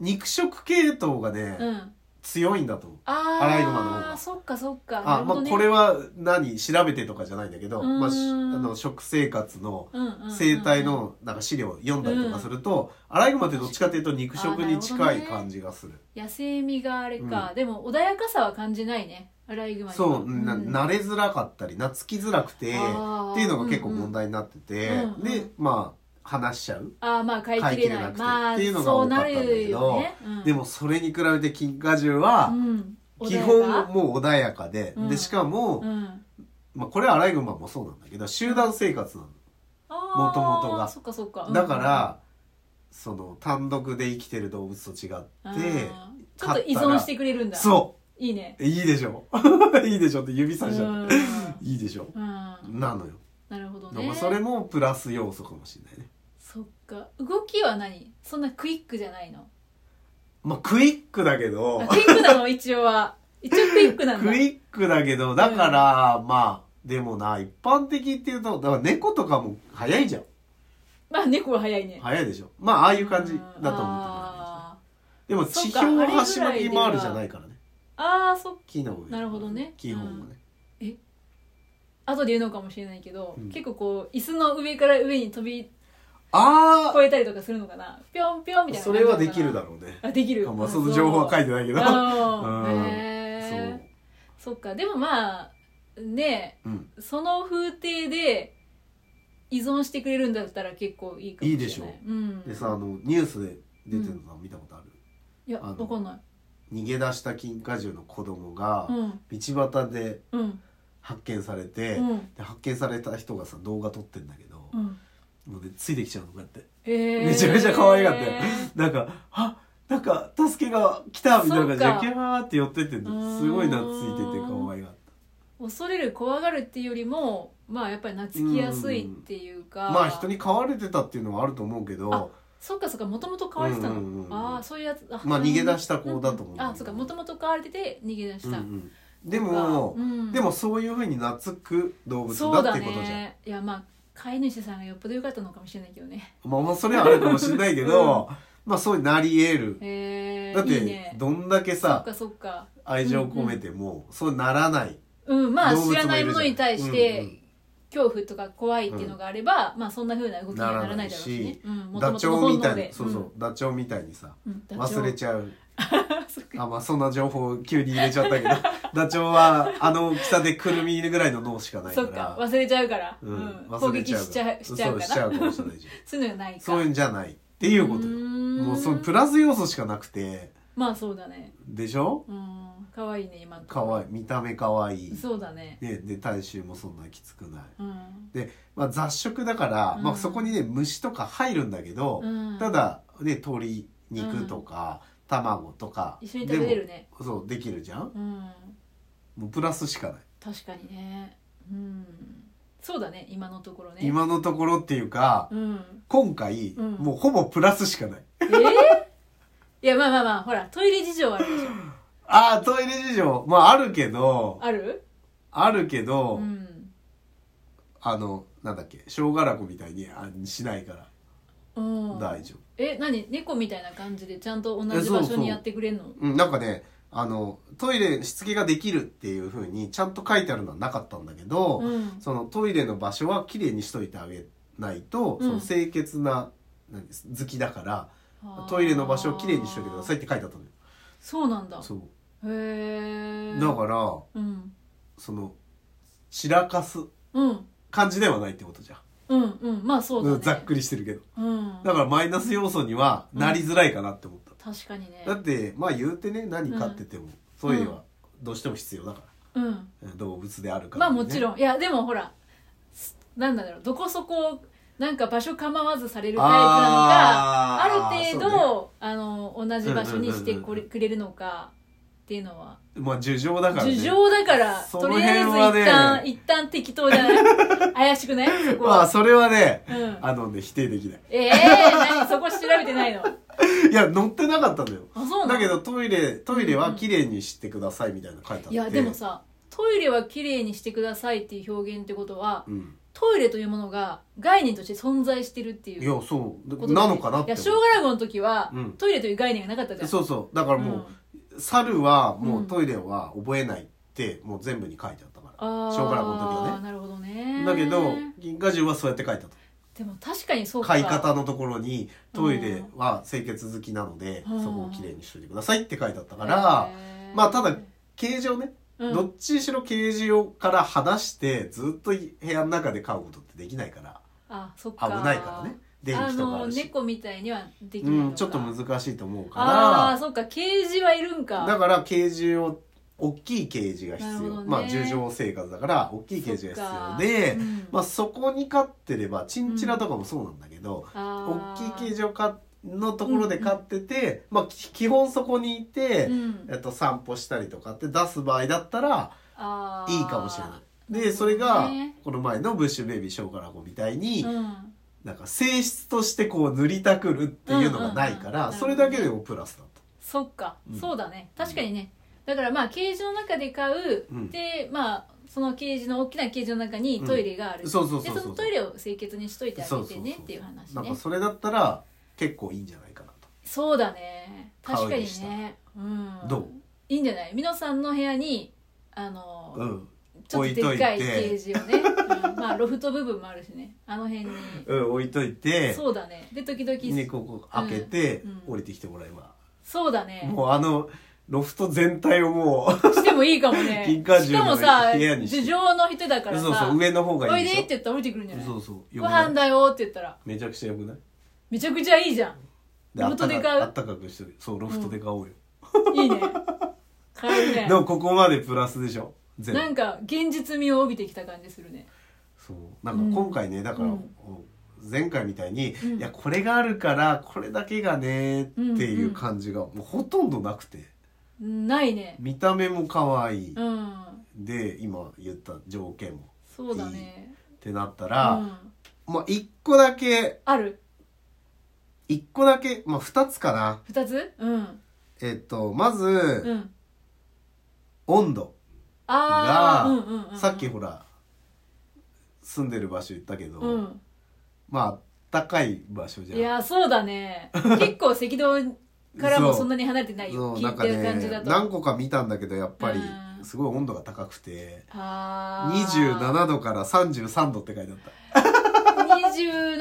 B: 肉食系統がね、
C: うん、
B: 強いんだと思う
C: あー
B: アライグマの方が
C: そっかそっかな
B: あ、
C: るほ
B: ま
C: ど
B: あ
C: ね
B: これは何調べてとかじゃないんだけど、
C: うん
B: まあ、しあの食生活の
C: うんうんうんうん
B: 生態のなんか資料を読んだりとかすると、アライグマってどっちかっていうと肉食に近い感じがする
C: 野生味があれか、でも穏やかさは感じないねアライグマには
B: そう、な
C: うん
B: 慣れづらかったり懐きづらくて
C: あー
B: っていうのが結構問題になってて、
C: うんうん
B: でまあ話しちゃう、
C: あーまあ飼い切れない
B: 飼い切れなくて
C: まあ
B: っていうのが多かったんだけど
C: そうなるよね、うん
B: でもそれに比べて金華獣は
C: うん穏
B: 基
C: や
B: 本
C: か
B: もう穏やかで、
C: うん
B: でしかも、
C: うん
B: まあ、これはアライグマもそうなんだけど集団生活なの、
C: も
B: 元々が
C: そっかそっか、うん
B: だから、その単独で生きてる動物と違って、
C: うんちょっと依存してくれるんだ
B: そう
C: いいね
B: ういいでしょ (laughs) いいでしょって指さしちゃ
C: うん
B: ういいでしょ
C: うん
B: なのよ、
C: なるほど
B: だか
C: ね
B: らそれもプラス要素かもしれないね
C: そっか動きは何そんなクイックじゃないの
B: まあクイックだけ
C: (laughs)
B: ど
C: あクイックなの一応は一応クイックなんだ
B: クイックだけどだから、まあでもな一般的っていうとだから猫とかも早いじゃん
C: まあ猫は早いね
B: 早いでしょまあああいう感じだと思ってもら
C: あ
B: えばいいですねでも地表を走り回るじゃないからね
C: ーあーそっか
B: 木の上
C: なるほどね
B: 基本はね、
C: 後で言うのかもしれないけど、
B: うん
C: 結構こう椅子の上から上に飛び
B: あ
C: 越えたりとかするのかなぴょんぴょんみたい
B: あ
C: な
B: そ
C: 感じ
B: れ
C: なの
B: は
C: かな
B: できるだろうね
C: あできる
B: まあその情報は書いてないけど
C: あ
B: うん
C: ーへーそっかでもまあね
B: そう、うん、
C: その風景で依存してくれるんだったら結構いいかもしれない
B: いでしょ
C: う、ん、
B: でさあのニュースで出てるの見たことある、
C: いや
B: あの
C: わかんない
B: 逃げ出した金華獣の子供が
C: うん
B: 道端で
C: うん
B: 発見されて、
C: うん
B: で発見された人がさ動画撮ってんだけど、
C: うん
B: もうねついてきちゃうのこうやって
C: えー
B: めちゃめちゃ可愛がって、なんかあなんか助けが来たみたいな感じ
C: そうか
B: でキャーって寄ってってん
C: うー
B: の
C: ん
B: すごい懐いてて可愛がって
C: 恐れる怖がるっていうよりもまあやっぱり懐きやすいっていうか
B: まあ人に飼われてたっていうのはあると思うけど
C: そっかそっかもともと飼われてたの、
B: うんうんうんうん
C: ああそういうやつあ
B: まあ逃げ出したた子だと思う、
C: あそっかもともと飼われてて逃げ出した、
B: うんうん、で
C: とか
B: も、
C: うん
B: でもそういうふうに懐く動物
C: そう
B: だっ
C: だ
B: ていうことじゃん、
C: ねいやまあ飼い主さんがよっぽど良かったのかもしれないけどね
B: まあまあそれはあるかもしれない
C: (laughs)
B: けど、まあそうなり得る、
C: えー、
B: だっ
C: いい
B: て
C: ね
B: どんだけ
C: そっ
B: さ
C: かそっか
B: 愛情込めても、そうならない
C: うんまあ
B: 動物も
C: 知らないものに対して、
B: いるじ
C: 恐怖とか怖いっていうのがあれば、まあそんな風な動きにはならないだろうしね、うん、もと
B: ダ
C: も
B: チ
C: と
B: ョ
C: の
B: ウ
C: 本
B: みた
C: 能
B: いに
C: で
B: そうそう、ダチョウみたいにさ
C: うん、うん、ダチョウ
B: 忘れちゃう
C: (laughs) そっか
B: あまあそんな情報を急に入れちゃった
C: (laughs)
B: けどダチョウはあの大きさでくるみぐらいの脳しかないか
C: そ
B: ら
C: っか忘れちゃうから、うん攻
B: 忘れ
C: 撃しちゃうしちゃう
B: そう
C: か
B: しちゃ
C: ら
B: うかもしれ
C: (laughs)
B: ないじゃん
C: そういうのがないか
B: そういうんじゃないっていうことよ
C: ーん
B: もうそのプラス要素しかなくて
C: まあそうだね
B: でしょ
C: うん可愛いね今の
B: かわいい見た目かわいい、
C: そうだね
B: ね、で体臭もそんなきつくない、
C: うん、
B: まあ、雑食だから、
C: うん
B: まあ、そこにね虫とか入るんだけど、
C: うん、
B: ただ、ね、鶏肉とか、卵とか
C: 一緒に食べれるね
B: でもそうできるじゃん
C: うん
B: もうプラスしかない、
C: 確かにねうんそうだね今のところね
B: 今のところっていうか、
C: うん
B: 今回、
C: うん
B: もうほぼプラスしかない
C: えー、 (laughs) いやまあまあまあほらトイレ事情あるでしょ
B: ああトイレ事情まああるけど
C: ある
B: あるけど、
C: うん
B: あのなんだっけ生姜らこみたいにあしないから
C: うん
B: 大丈夫
C: え何猫みたいな感じでちゃんと同
B: え
C: じ
B: そ
C: 場
B: うそ
C: 所
B: う
C: にやってくれんの
B: うん、なんかね、あの、トイレ、しつけができるっていう風に、ちゃんと書いてあるのはなかったんだけど、
C: うん
B: そのトイレの場所は綺麗にしといてあげないと、
C: うん
B: その清潔な、何です好きだから、
C: あー
B: トイレの場所を綺麗にしといてくださいって書いてあったのよ。
C: そうなんだ
B: そう。
C: へえ
B: だから、
C: うん
B: その、散らかす
C: うん
B: 感じではないってことじゃん。
C: うんうんまあそうだね
B: んざっくりしてるけど。
C: うん
B: だからマイナス要素にはなりづらいかなって思った。
C: 確かにね
B: だって、まあ言うてね、何飼ってても、トイレはどうしても必要だから。
C: うん
B: 動物であるから
C: まあ
B: ね、
C: もちろんいやでもほらすなんだろうどこそこなんか場所構わずされるタイプなのかあ
B: あー
C: る程
B: そうね
C: 度、あの同じ場所にしてこれ、
B: うんうんうんうん
C: くれるのかっていうのは
B: まあ樹状だからね
C: 樹状だから、
B: その
C: と
B: 辺
C: りあえず
B: はね
C: 一旦、一旦適当じゃない怪しくないそこ
B: まあ
C: は、
B: それはね
C: うん
B: あのね否定できない
C: ええー、何そこ調べてないの (laughs) あ
B: いや乗ってなかったんだよ
C: そうなの
B: だけどトイレトイレは綺麗にしてくださいみたいなの書いてあって
C: いやでもさトイレは綺麗にしてくださいっていう表現ってことは
B: うん
C: トイレというものが概念として存在してるっていう
B: いやそう
C: こと
B: で
C: で
B: なのかなっ
C: い
B: て
C: や
B: 思
C: 小学ラゴの時は、
B: うん
C: トイレという概念がなかったじゃん
B: そうそうだからもう、
C: ん
B: 猿はもうんうトイレは覚えないってもう全部に書いてあったから、
C: あー
B: 小学ラゴの時はね
C: なるほどね
B: だけど銀河獣はそうやって書いてあった
C: でも確かにそうか
B: 買い方のところにトイレは清潔好きなので、
C: うん
B: そこをきれいにしといてくださいって書いてあったから、
C: へー
B: まあただ形状ね、
C: うん
B: どっちにしろ形状から離してずっと部屋の中で飼うことってできないから
C: あそっか
B: 危ないからね電気とかあ
C: あの
B: るし
C: 猫みたいにはできな
B: う
C: いのか
B: ん、ちょっと難しいと思う
C: ああ
B: か
C: そっかケージはいるんから
B: だからケージを大きいケージが必
C: なるほ
B: 要、
C: どね
B: まあ十条生活だから大きいケージが必要
C: そっ
B: で
C: かうん
B: まあ、そこに飼ってればチンチラとかもそうなんだけど、大
C: あ
B: きい
C: ー
B: 形状かのところで飼ってて、まあき基本そこにいて、
C: うん
B: えっと、散歩したりとかって出す場合だったら
C: あー
B: いいかもしれない。
C: な
B: で、
C: るほどね
B: それがこの前のブッシュベイビーショウカラコみたいに、
C: うん
B: なんか性質としてこう塗りたくるっていうのがないか
C: うんうんうん
B: ら、
C: うん
B: それだけでもプラスだと。
C: そっか、
B: うん
C: そうだね確かにねだからまあケージの中で買う、
B: うん
C: でまあそのケージの大きなケージの中にトイレがある、
B: そうそうそう
C: で
B: そう
C: そのトイレを清潔にしといてあ
B: そう
C: げ
B: そう
C: て
B: そ
C: ね
B: う
C: っていう話
B: なん
C: ね
B: かそれだったら結構いいんじゃないかな
C: そうだね確かにねうん
B: と。どう
C: いいんじゃない美濃さんの部屋にあの、
B: うん。
C: ちょっとでっかい
B: 置いと
C: ケ
B: いて
C: ージをね、うんまあロフト部分もあるしねあの辺に
B: うん、置いといて、
C: そうだねで時々、
B: ね、ここ開けて
C: うんうん
B: 降りてきてもらえば。
C: そうだね
B: もうあの、ロフト全体をもう
C: してもいいかもね
B: (laughs) 金華
C: し
B: 獣
C: かも
B: の
C: さ
B: 部屋にして
C: 樹上の人だからさ
B: そうそう上の方が
C: おい
B: いい
C: で
B: で
C: ー
B: しょ
C: って言ったら降りてくるんじゃない
B: そうそう
C: ご飯だよーって言ったら
B: めちゃくちゃよくない
C: めちゃくちゃいいじ
B: (laughs)
C: ゃんロフトで買う
B: あったかあったかくしてるそうロフトで買おうよ、
C: いいね買える
B: (laughs)
C: ね
B: でもここまでプラスでしょ全部
C: なんか現実味を帯びてきた感じするね
B: そうなんか今回ね、だから、
C: うん
B: 前回みたいに、
C: うん
B: いやこれがあるからこれだけがねっていう感じがもうほとんどなくて
C: ないね
B: 見た目も可愛い、
C: うん
B: で今言った条件も
C: そうだね
B: ってなった
C: う
B: ら、
C: ん
B: まあ1個だけ
C: ある
B: 1個だけまあ2つかな
C: 二つうん
B: えっとまず、
C: うん
B: 温度
C: ああ
B: が、
C: うんうんうんうん
B: さっきほら住んでる場所言ったけど、
C: うん
B: まああったかい場所じゃん
C: いやそうだ
B: (laughs)
C: ね結構赤道からもそんなに離れてないよ
B: そう
C: 聞
B: ないん
C: て
B: か
C: る感じだ
B: ね
C: と
B: 何個か見たんだけどやっぱり
C: うん
B: すごい温度が高くて
C: あー
B: 27度から33度って書いてあっ
C: 27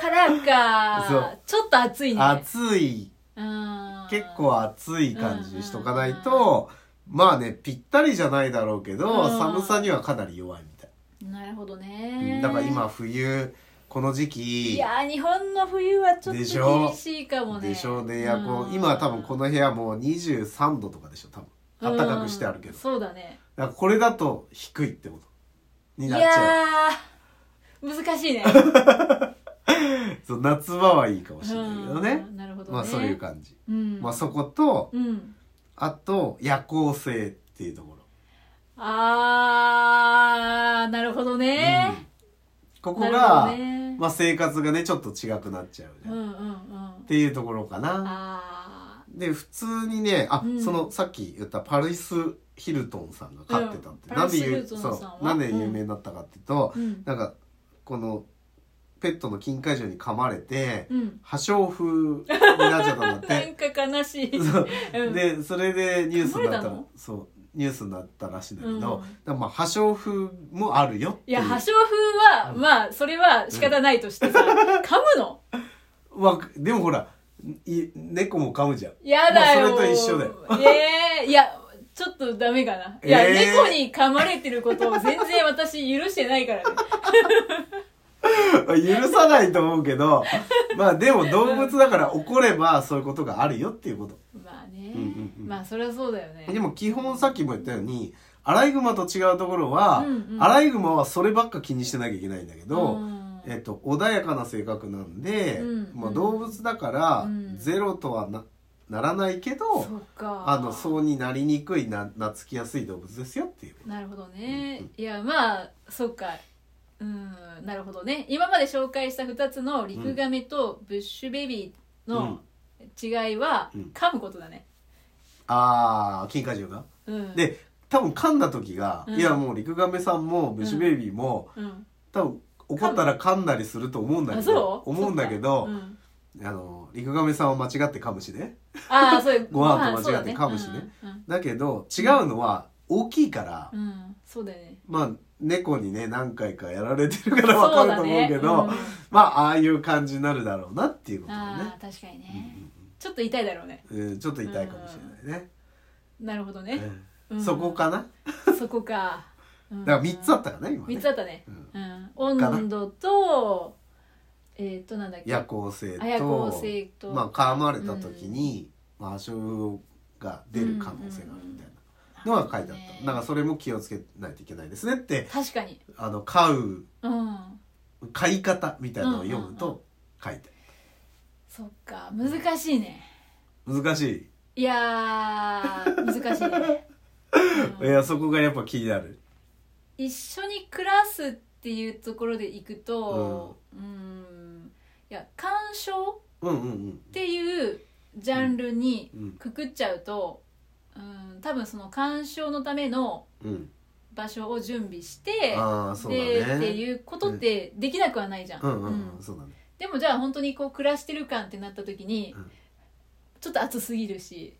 C: から
B: そ
C: かちょっと暑いね
B: た暑い
C: うん
B: 結構暑い感じにしとかないとまあねぴったりじゃないだろうけ
C: う
B: ど
C: ん
B: 寒さにはかなり弱いみたい
C: なるほど
B: う
C: ね
B: んだから今冬この時期
C: いやー日本の冬はちょっ
B: でしょ
C: と厳しいかもね
B: でしょうねエアコ
C: う
B: ン
C: ん
B: 今多分この部屋もう23度とかでしょ多分暖かくしてあるけ
C: うん
B: ど
C: そうだね
B: だからこれだと低いってことに
C: い
B: なっちゃう
C: やー難しいね
B: そう夏場はいいかもしれないけどね
C: うんなるほどね
B: まあそういう感じ
C: うん
B: まあそこと
C: うん
B: あと夜行性っていうところ
C: あーなるほどね
B: うんここ
C: なる
B: が
C: ほどね
B: まあ生活がねちょっと違くなっちゃう
C: う
B: ね
C: んうん
B: っ
C: うん
B: ていうところかな
C: あ
B: で普通にねあ
C: うん
B: そのさっき言ったパリス・ヒルトンさんが飼ってたって
C: うん
B: な
C: パ
B: んで
C: リスヒ
B: ゆ
C: ルトンさんは
B: そうなんで有名になったかっていうと
C: ーうん
B: なんかこのペットの金塊獣に噛まれて
C: うん
B: 破傷風になっちゃったんだ
C: な
B: って
C: んか悲しい
B: そう
C: (laughs) うん
B: でそれでニュースにな
C: 噛まれた
B: ったら
C: の
B: そうニュースになったらしいんだけど、
C: うん
B: だからまあ破傷風もあるよって
C: い
B: い
C: や
B: う
C: 破傷風は、まあそれは仕方ないとしてさ、噛むの
B: わでもほらい猫も噛むじゃん (laughs)
C: やだよ、
B: まあそれと一緒だよ
C: ええいやちょっとダメかないや、
B: えー
C: 猫に噛まれてることを全然私許してない
B: (laughs)
C: からね
B: 許さないと思う
C: (laughs)
B: けどまあでも動物だから怒ればそういうことがあるよっていうこと、
C: まあね、
B: うんうんうん
C: まあそりゃそうだよね
B: でも基本さっきも言ったようにアライグマと違うところは、
C: うんうん
B: アライグマはそればっか気にしてなきゃいけないんだけど、
C: うん
B: えっと、穏やかな性格なんで、
C: うん
B: まあ、動物だから、
C: うん
B: ゼロとはなならないけど
C: そっか
B: あのそうになりにくいな懐きやすい動物ですよっていう。
C: なるほどね、いやまあそっかうんなるほどね今まで紹介した2つのリクガメとブッシュベビーの違いは、
B: うん
C: 噛むことだね
B: あー金華獣が
C: うん
B: で多分噛んだ時が、
C: うん
B: いやもうリクガメさんもブッシュベイビーも、
C: うん
B: 多分怒ったら噛んだりすると思うんだけ
C: あそ
B: ど
C: う
B: 思うんだけ
C: そっ
B: ど
C: か、うん
B: あのリクガメさんは間違って噛むしね
C: ああそう
B: (laughs) ご飯と間違って噛むしね
C: そうだね
B: だけど違うのは大きいから、
C: うん、うんうんそうだよね
B: まあ猫にね何回かやられてるから (laughs) わかると思うけど
C: そだね
B: まあああいう感じになるだろうなっていうこ (laughs)
C: うん
B: とだね
C: ああ確かにね、ちょっと痛いだろうね
B: うん、ちょっと痛いかもしれないね、
C: なるほどね、
B: うんそこかな
C: そこか、うん
B: だから3つあったかな今ね
C: 三つあったね、うん
B: かな
C: 温度とえっ、となんだっけ
B: 夜行性と
C: あ夜行性と
B: まあ、絡まれた時に、まあ、破傷が出る可能性があるみたいなのが書いてあった、
C: うん
B: だからそれも気をつけないといけないですねって
C: 確かに
B: あの飼う
C: うん
B: 飼い方みたいなのを読むと書いて
C: そっか難しいね
B: ある難しい、
C: いやー難しいね、
B: (laughs)
C: うん
B: いやそこがやっぱ気になる
C: 一緒に暮らすっていうところでいくとうんいや鑑賞
B: うんうんうん
C: っていうジャンルに
B: うん
C: くくっちゃうと、うん、多分その鑑賞のための
B: うん
C: 場所を準備して
B: ああそうだ
C: でって
B: ね
C: いうことってできなくはないじゃん,
B: う
C: うんん、
B: うんうん、そうだね
C: でもじゃあ本当にこう暮らしてる感ってなった時に、
B: うん
C: ちょっと暑すぎるし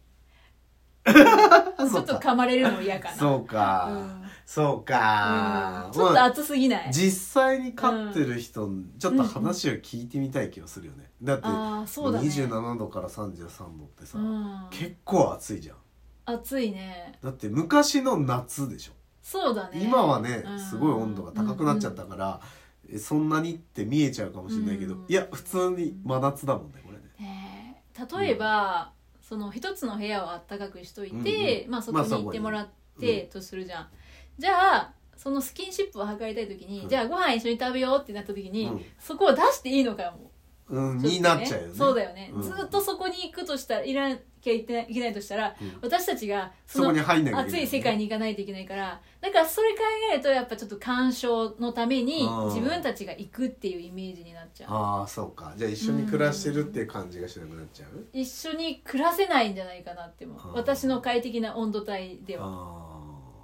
C: ち
B: あ
C: ょ
B: (laughs) そ
C: っ
B: う
C: と
B: か
C: 噛まれるの嫌かな
B: そうか、
C: うん
B: そう
C: う
B: か
C: ん、ちょっと暑すぎない、
B: 実際に飼ってる人、ちょっと話を聞いてみたい気がするよねだって
C: ああそうだね
B: 27度から33度ってさ、
C: うん
B: 結構暑いじゃん
C: 暑いね
B: だって昔の夏でしょ
C: そうだね
B: 今はね
C: うん
B: すごい温度が高くなっちゃったから、えそんなにって見えちゃうかもしれないけど、
C: うん
B: いや普通に真夏だもんねこれね
C: ねえ例えば、その一つの部屋をあったかくしといて、
B: うん
C: まあ、そこに
B: まあ
C: 行ってもらってとするじゃん、じゃあそのスキンシップを図りたい時に、
B: うん
C: じゃあご飯一緒に食べようってなった時に、
B: うん
C: そこを出していいのかも
B: うん、
C: ちょとね
B: になっちゃうよね
C: そうだよね、
B: うん
C: ずっとそこに行くとしたらいらなきゃいけないいけないとしたら、
B: うん
C: 私たちが
B: そこに入んなきゃ
C: 暑い世界
B: に
C: に行かないといけないからだからそれ考えるとやっぱちょっと鑑賞のために
B: うん
C: 自分たちが行くっていうイメージになっちゃう
B: ああそうかじゃあ一緒に暮らしてるって感じがしなくなっちゃう
C: 一緒に暮らせないんじゃないかなっても
B: あー
C: 私の快適な温度帯では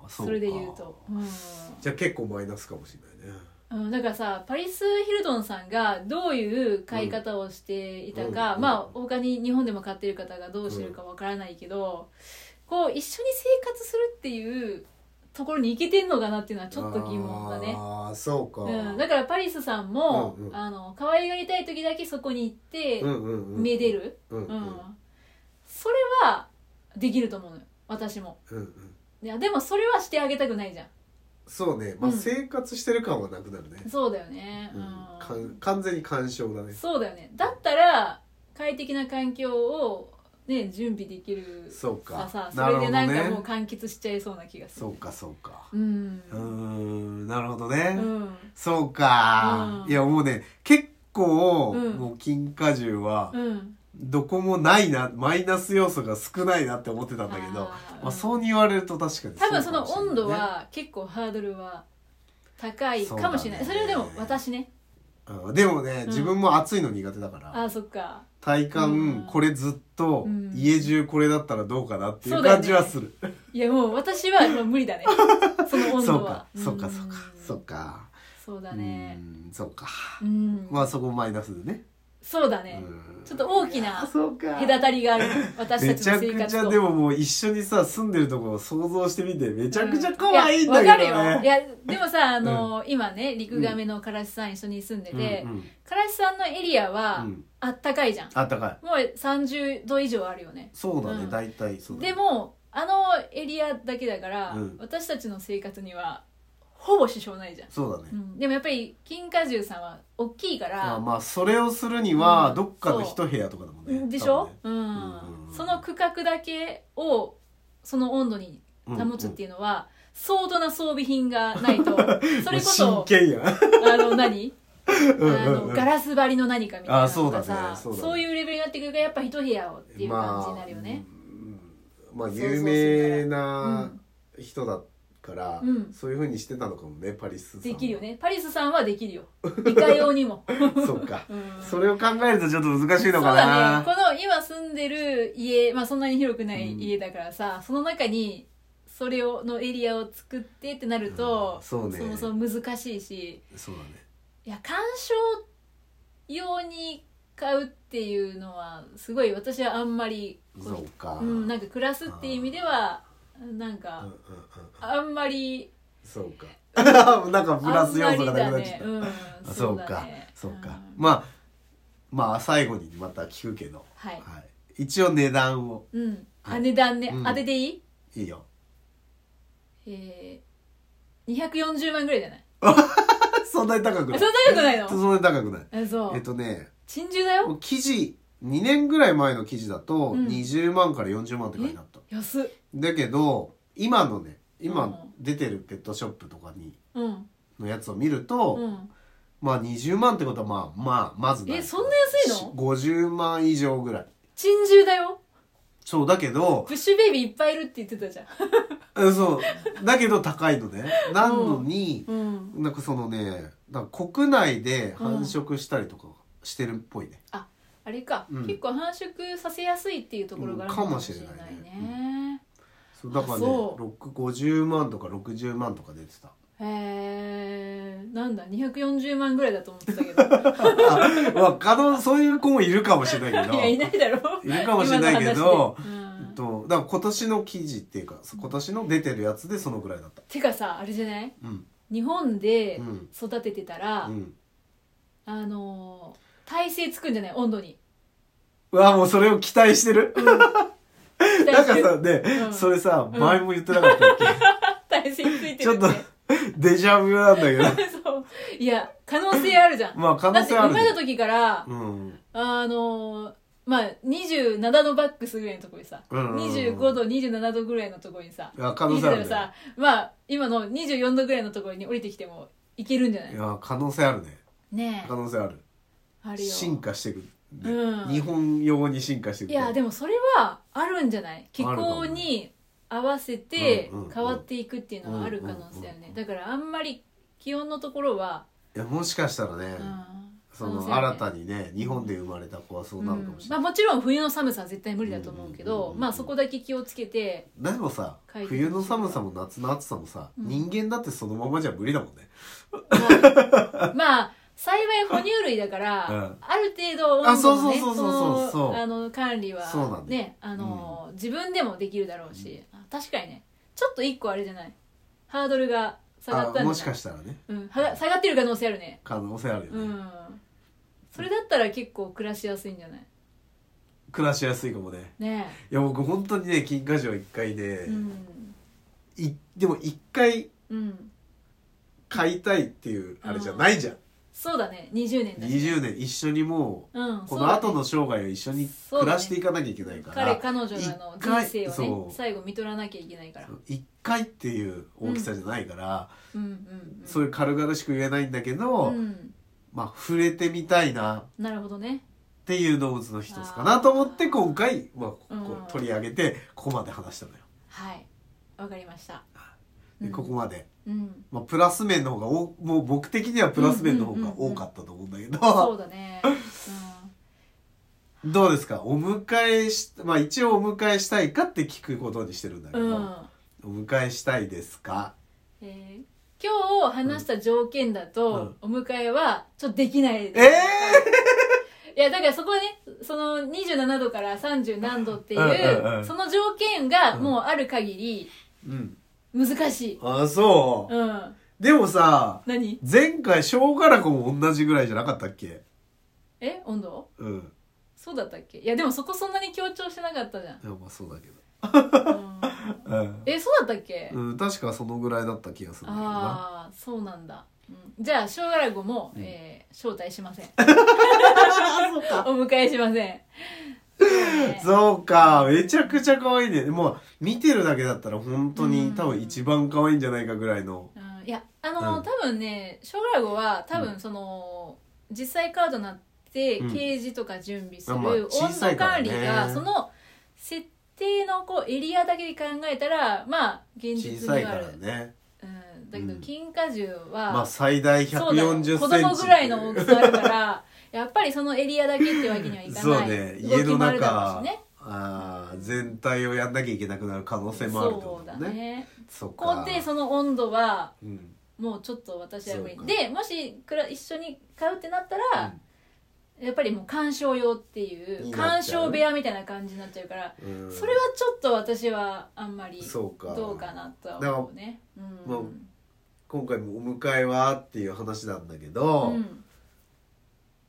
B: ああそ
C: そう
B: か
C: れで言うと、
B: じゃあ結構マイナスかもしれないね
C: うんうん、だからさパリス・ヒルドンさんがどういう買い方をしていたか、
B: うん
C: まあ他に日本でも買ってる方がどうしてるかわからないけど、こう一緒に生活するっていうところに行けてんのかなっていうのはちょっと疑問だね。
B: ああそうか、
C: うん、だからパリスさんも、
B: うんうん
C: あの可愛がりたい時だけそこに行って、
B: うんうんうん
C: めでる、
B: うん
C: うん
B: うん
C: それはできると思うのよ私も
B: うんうん
C: いやでもそれはしてあげたくないじゃ
B: そうねまあ
C: うん
B: 生活してる感はなくなるね
C: んそうだよね
B: う
C: うんん、
B: かん完全に干渉だね
C: そうだよねだったら快適な環境をね準備できる
B: そうか
C: がさそ
B: なる
C: れ
B: ほ
C: で
B: ど
C: な
B: ね
C: んかもう完結しちゃいそうな気がする
B: そうかそうか
C: うん
B: うーんなるほどね、
C: うん
B: そうか、
C: うん
B: いやもうね結構、
C: うん
B: もう金華獣は
C: うん
B: どこもないなマイナス要素が少ないなって思ってたんだけど
C: あー
B: まあ、そうに言われると確かに
C: 多分
B: う
C: そ
B: か
C: の
B: もしれないね
C: 温度は結構ハードルは高いかもしれない
B: そ
C: そう
B: だね
C: れはでも私ね
B: うんでもね、
C: ん
B: 自分も暑いの苦手だから
C: あーそっか
B: 体感
C: うん
B: これずっと
C: うん
B: 家中これだったらどうかなってい
C: そううだよ
B: 感
C: ね
B: じはする、
C: いやもう私はもう無理
B: (laughs)
C: だねその温
B: そ
C: 度
B: うか
C: は
B: そうかそうか
C: ん
B: そうか
C: そうだ
B: う
C: ね
B: んそうか
C: うん
B: まあそこマイナスでね
C: そうだね
B: うん
C: ちょっと大きな
B: そうか
C: 隔たりがある私
B: め
C: たち
B: ちゃ
C: の生
B: くち
C: 活
B: ゃ
C: と
B: でももう一緒にさ住んでるところを想像してみてめ
C: め
B: ちゃくちゃ可愛いんだけ
C: わか
B: ど
C: るよい
B: ね
C: やでもさあの、今ね陸亀のからしさん一緒に住んでて、
B: うんうん
C: からしさんのエリアは
B: うん
C: あったかいじゃん、
B: あったかい
C: もう30度以上あるよね
B: そうだね
C: うん
B: 大体そうだね
C: でもあのエリアだけだから、
B: うん
C: 私たちの生活にはほぼ支障ないじゃん、
B: そうだ
C: う
B: ね
C: ん、でもやっぱり金華獣さんは大きいか
B: まあ
C: ら
B: まあそれをするには
C: うん
B: どっかの一部屋とかだもんね
C: でしょ、う
B: うん
C: ん、その区画だけをその温度に保つって
B: い
C: いうのは、相当な装備品がない
B: (laughs)
C: とそれこ
B: 真
C: そ
B: 剣やん
C: あの何
B: うん
C: あ
B: うん
C: の
B: うん
C: ガラス張りの何かみたいな
B: あそう
C: の
B: だ
C: が
B: ね
C: さ
B: そうだね
C: いうレベルになってくるからやっぱ一部屋をっていう感じになるよね、
B: まあ、うん
C: 想
B: まあ
C: 像する
B: 有名な人だから、
C: うん
B: そういうふうにしてたのかもねパリスさんは
C: できるよねパリスさんはできるよ理科用にも、
B: (laughs) そっか
C: うん
B: それを考えるとちょっと難し
C: そ
B: いの
C: う
B: か
C: だ
B: な
C: ねこの今住んでる家、まあ、そんなに広くない家だからさ、その中にそれをのエリアを作ってってなると、
B: うんそうね
C: もそも難しいし
B: そうだね
C: いや鑑賞用に買うっていうのはすごい私はあんまりこ
B: そうか、
C: うん、なんか暮らすっていう意味ではなん
B: うんうん
C: か
B: うん
C: あんまり
B: そうか (laughs) なんか
C: あん
B: プ
C: ま
B: ラ
C: り
B: ス要素がなくな
C: だ
B: っち
C: ね
B: ゃった、
C: うん
B: あ
C: そ
B: そうう
C: だ
B: か
C: ね
B: そうか、
C: ん
B: まあまあ最後にまた聞くけど、
C: はい
B: はい、一応値段を
C: うん
B: は
C: あ
B: い
C: 値段ね
B: うん
C: 当てていい
B: いいよ (laughs)
C: えー240万ぐらいじゃない
B: そんなに高くな
C: あ
B: い
C: そんな高くないの
B: そんなに高くない
C: あそ
B: えっ
C: う
B: とね
C: 珍獣だよ
B: 記事2年ぐらい前の記事だと
C: うん
B: 20万から40万って書いてあった、
C: 安っ
B: だけど今のね
C: う
B: 今
C: ん
B: 出てるペットショップとかに
C: うん
B: のやつを見ると、
C: うん
B: まあ20万ってことはまあまあまず
C: えそんな安いの
B: ?50 万以上ぐらい
C: 珍獣だよ
B: そうだけど
C: ブッシュベイビーいっぱいいるって言ってたじゃん
B: うんそうだけど高いのねなのに、
C: うん
B: なんかそのねなんか国内で繁殖したりとかしてるっぽいね、
C: あれか
B: うん
C: 結構繁殖させやすいっていうところがあるのかもしれ
B: うんか
C: ない
B: もしれない
C: ね
B: そうだか
C: あ
B: らね
C: そう
B: 6 50万とか60万とか出てた (laughs)
C: へえなんだ240万ぐらいだと思ってたけど
B: あまあ可能そういう子もいるかもしれないけ
C: (laughs) い
B: ど
C: やいないだろ
B: いるかもしれないけど、
C: 今の話でうん
B: とだから今年の記事っていうか今年の出てるやつでそのぐらいだった
C: てかさあれじゃない
B: うん
C: 日本で
B: うん
C: 育ててたら、
B: うん
C: あのー体勢つくんじゃない温度に
B: うわもうそれを期待してる、
C: 期
B: なん
C: 待
B: か
C: して
B: さ
C: る
B: ね、
C: うん
B: それさ
C: うん
B: 前も言ってなかっ
C: (laughs)
B: たっけ、
C: 体勢について
B: ちょ
C: る
B: っ
C: っ
B: と
C: て
B: デジャブなんだけど
C: そういや可能性あるじゃん
B: まあ可
C: だ
B: 能
C: って
B: 性
C: 生
B: あ
C: まれた
B: る
C: 時から、
B: うん
C: あのーまあ27度バックスぐらいのところにさ、
B: うんうんうん
C: 25度27度ぐらいのところにさ
B: いや可
C: い
B: 能
C: つ
B: 性あ
C: で
B: る
C: も
B: ね
C: さまあ今の24度ぐらいのところに降りてきてもいけるんじゃないい
B: や可能性あるね
C: ねえ
B: 可能性ある
C: あるよ
B: 進化してくる、ね
C: うん
B: 日本用に進化してく
C: い
B: る
C: やでもそれはあるんじゃない気候に合わせて
B: うんうんうん
C: 変わっていくっていうのはある可能性だよ
B: うんうんう
C: ね
B: ん
C: だからあんまり気温のところは、
B: いやもしかしたらね、
C: うん
B: そ
C: 可能性
B: の
C: あるね
B: 新たにね日本で生まれた子はそうなるかもしれ
C: ま
B: な
C: あ、
B: い、
C: もちろん冬の寒さは絶対無理だと思うけど、
B: うんうんうんうん
C: まあそこだけ気をつけて (laughs)
B: でもさ
C: 書いて
B: 冬の寒さも夏の暑さもさ、
C: うん
B: 人間だってそのままじゃ無理だもんね、
C: まあまあ幸い哺乳類だから、
B: (laughs) うん
C: ある程度
B: あ
C: 温
B: そ
C: 度の
B: うそう
C: ね
B: そう
C: そ
B: そうそうそう
C: のあの管理
B: そうな
C: は
B: んだよ
C: ねあの、自分でもできるだろうし、あ確かにねちょっと一個あれじゃないハードルが下がったんじゃな
B: あ
C: い
B: もしかしたらね
C: うん、はが下がってる可能性あるね
B: 可能性あるよ
C: う
B: ね、
C: んそれだったら結構暮らしやすいんじゃない
B: 暮らしやすいかもね
C: ね
B: いや僕本当にね金華城一回で
C: え、うん
B: いでも一回
C: うん
B: 買いたいっていうあれじゃないじゃん、
C: そうだね20年だし
B: 20年一緒にも
C: うん
B: うこの後
C: そう
B: の生涯を一緒に
C: そうだね
B: 暮らしていかなきゃいけないか
C: だね
B: ら
C: 彼彼女のあの
B: 一回
C: 人生を
B: そ
C: ね
B: う
C: 最後見とらなきゃいけないから
B: そう一回っていう大きさじゃないから、
C: うんうんうん
B: そういう軽々しく言えないんだけど、
C: うん
B: まあ触れてみたいな
C: なるほどね
B: っていう動物の一つかなと思って今回、まあ、ここ
C: うん
B: 取り上げてここまで話したのよ。
C: はいわかりました
B: で
C: うん
B: ここまで、 (laughs)
C: うん
B: まあ、プラス面の方がおもう僕的にはプラス面の方が多かったと思うんだけど、
C: そうだねう
B: どうですかお迎えし、まあ、一応お迎えしたいかって聞くことにしてるんだけど、
C: んうん
B: お迎えしたいですか
C: えー今日話した条件だと、お迎えはちょっとできないです
B: え
C: いやだからそこはねその27度から30何度っていう,、
B: うんうんうん
C: その条件がもうある限り
B: ー、うん。
C: 難しい、
B: あ、そう。
C: うん、
B: でもさ、
C: 何
B: 前回小ガラコも同じぐらいじゃなかったっけ
C: え温度
B: うん。
C: そうだったっけいやでもそこそんなに強調してなかった
B: (laughs)
C: じゃん
B: いや、まあそうだけど。、
C: うん、
B: うん。
C: えそうだったっけ、
B: うん、確かそのぐらいだった気がするんだけどな。
C: ああそうなんだ、うん、じゃあ小ガラゴも、えー招待しま
B: (laughs)
C: せん
B: そう
C: お
B: か。
C: 迎えしません、
B: (laughs)
C: ね
B: そうか。めちゃくちゃ可愛いね。もう、見てるだけだったら本当に多分一番可愛いんじゃないかぐらいの。
C: うんいやあの、
B: う
C: 多
B: ん
C: 分ね小ガラゴは多分その、実際カードになって
B: うん
C: ケージとか準備する、
B: あまあ
C: 温
B: 小さ
C: 度
B: いから
C: 管
B: ね
C: 理が、その設定のこうエリアだけで考えたらまあ現
B: 小
C: 実
B: さい
C: に
B: か
C: はある
B: ら、ね。
C: うん、だけ
B: う
C: ど
B: ん
C: 金華獣は、
B: まあ最大140
C: そうだよ
B: センチ。
C: 子供ぐらいの大きさあるからやっぱりそのエリアだけってわけにはいか
B: そう
C: ない
B: ね
C: 動
B: 家
C: き
B: の
C: もあるだろ
B: 中
C: うしね
B: あー全体をやんなきゃいけなくなる可能性もあるってこ
C: そう
B: と
C: だ
B: だね
C: ね
B: そっ
C: こ
B: か
C: うでその温度は
B: うん
C: もうちょっと私は無理
B: そうか
C: でもしくら一緒に買うってなったら、やっぱりもう鑑賞用っていう
B: になっちゃう
C: 鑑賞部屋みたいな感じになっちゃうから、
B: うん
C: それはちょっと私はあんまり
B: そうか
C: どうかなとは思うねう
B: まあ
C: ん、
B: 今回もお迎えはっていう話なんだけ
C: う
B: ど
C: ん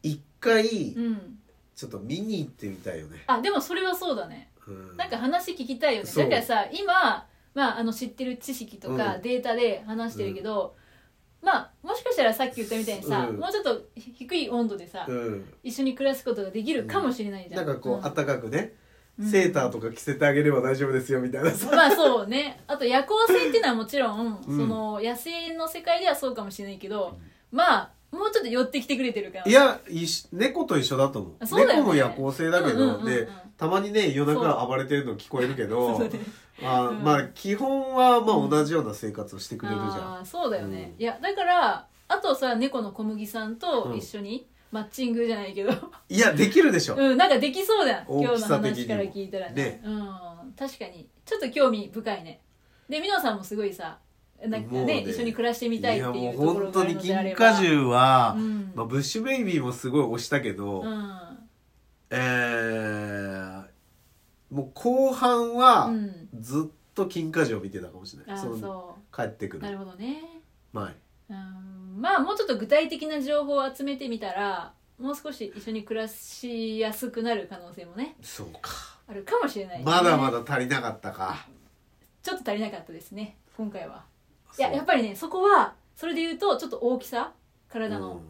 B: 一回
C: うん、
B: ちょっと見に行ってみたいよね
C: あでもそれはそうだね
B: うん
C: なんか話聞きたいよね
B: そう
C: だからさ今、まあ、あの知ってる知識とか
B: うん
C: データで話してるけど、まあもしかしたらさっき言ったみたいにさ、
B: うん
C: もうちょっと低い温度でさ、
B: うん
C: 一緒に暮らすことができるかもしれないじゃ、
B: なんんかこう
C: あ
B: 暖かくねセーターとか着せてあげれば大丈夫ですよみたいなさ
C: まあそうねあと夜行性っていうのはもちろん、
B: うん
C: その野生の世界ではそうかもしれないけど、まあもうちょっと寄ってきてくれてるから
B: いやいし猫と一緒だと思う
C: あそうだよね
B: 猫も夜行性だけ
C: うんうんうんう
B: ど
C: ん
B: でたまにね夜中暴れてるの聞こえるけど
C: そうね
B: まあ、
C: うん
B: まあ基本はまあ同じような生活をしてくれるじゃ
C: あーそうだよね、
B: う
C: いやだからあとさ猫の小麦さんと一緒にマッチングじゃないけど、 (laughs)
B: んいやできるでしょ、
C: うん、なんかできそうだよ今
B: 大
C: 日
B: き
C: の
B: さ的にも
C: 話から聞いたらね
B: ね
C: うん、確かにちょっと興味深いねで美濃さんもすごいさなんか
B: も
C: ね
B: うね
C: 一緒に暮らしてみたいっていうと
B: やも
C: こ
B: う
C: ろが
B: 本当
C: ある
B: に
C: のであ
B: 金
C: れば
B: 華獣は、
C: うん
B: まあ、ブッシュベイビーもすごい推したけど、えー、もう後半
C: う
B: は
C: ん、うん、
B: ずっと金華獣を見てたかもしれな
C: あー
B: い、その
C: そ
B: 帰ってく
C: うな
B: る
C: るほどね、
B: 前
C: うん、まあもうちょっと具体的な情報を集めてみたらもう少し一緒に暮らしやすくなる可能性もね
B: そうか
C: あるかもしれない、
B: まだまだ足りなかったか
C: ちょっと足りなかったですね今回は
B: そ
C: いうややっぱりねそこはそれで言うとちょっと大きさ体の、
B: う
C: っ
B: ん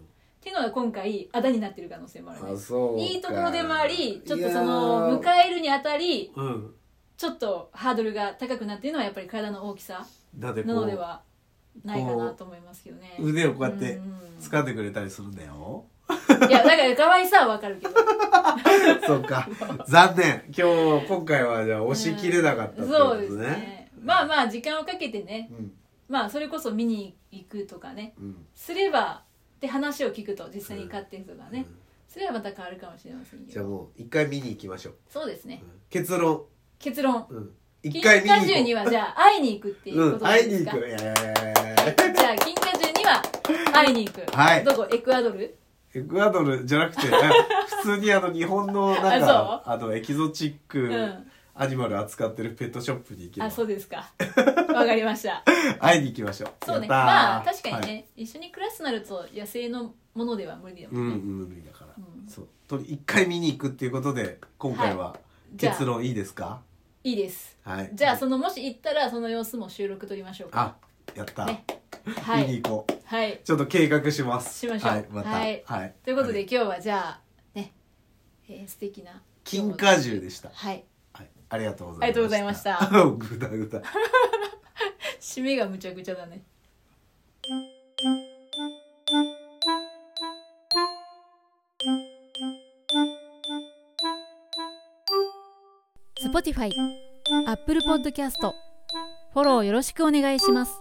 C: ていうのが今回あだになってる可能性もあるね
B: あそうか
C: いいところでもありちょっとそ
B: い
C: の
B: やー
C: 迎えるにあたり
B: うん
C: ちょっとハードルが高くなっているのはやっぱり体の大きさ
B: だってこ
C: なので
B: う
C: はないかなと思いますけどね
B: 腕をこうやって
C: うん
B: 掴んでくれたりするんだよ、
C: いやだから可愛さはわかるけど
B: (laughs) そうか残念今日今回はじゃあ (laughs) 押し切れなかったってこ
C: そう
B: とで
C: ですす
B: ね、
C: ねまあまあ時間をかけてね
B: うん
C: まあそれこそ見に行くとかね
B: うん
C: すればで話を聞くと実際に買ってる人がね、
B: うん
C: それはまた変わるかもしれませんけ
B: じゃあ
C: ど
B: もう一回見に行きましょう、
C: そうですね
B: うん結論、
C: 結論
B: うん、
C: 金
B: 一
C: 華
B: 回見
C: 獣に
B: に行こ
C: はじゃあ会いに行くっていうう
B: う
C: こ
B: ん
C: とで
B: 会
C: いい
B: い
C: です
B: に行
C: か、
B: くいやいやいやい
C: じゃあ金華獣には会いに行く、
B: はい
C: どこエクアドル
B: やエクアドルじゃなくてあ普通にあの日本のなんかあのエキゾチッ
C: う
B: ク
C: ん
B: アニマル扱ってるペットショップに行けば
C: あそうですかわかり
B: (laughs)
C: ました
B: 会いに行きましょう
C: そうね
B: やったー
C: まあ確かにね、
B: はい
C: 一緒に暮らすとなると野生のものでは無理だも
B: うんん
C: ね、
B: うん無理だから、
C: うん
B: そうと一回見に行くっていうことで今回は
C: じゃあ
B: 結論いいですか
C: いいです
B: はい
C: じゃあそのもし行ったらその様子も収録撮りましょうか
B: あやった、
C: ねは
B: 見
C: い
B: に行こう
C: はい
B: ちょっと計画します
C: しましょう
B: はいまた
C: はい
B: はい
C: ということで、
B: は
C: 今日はじゃあね、えー素敵な
B: 金華獣でした、
C: はい
B: はい、ありがとうございました
C: ありがとうございました
B: (laughs) ぐだぐだ
C: 締めがむちゃくちゃだね
D: スポティファイ、アップルポッドキャストフォローよろしくお願いします。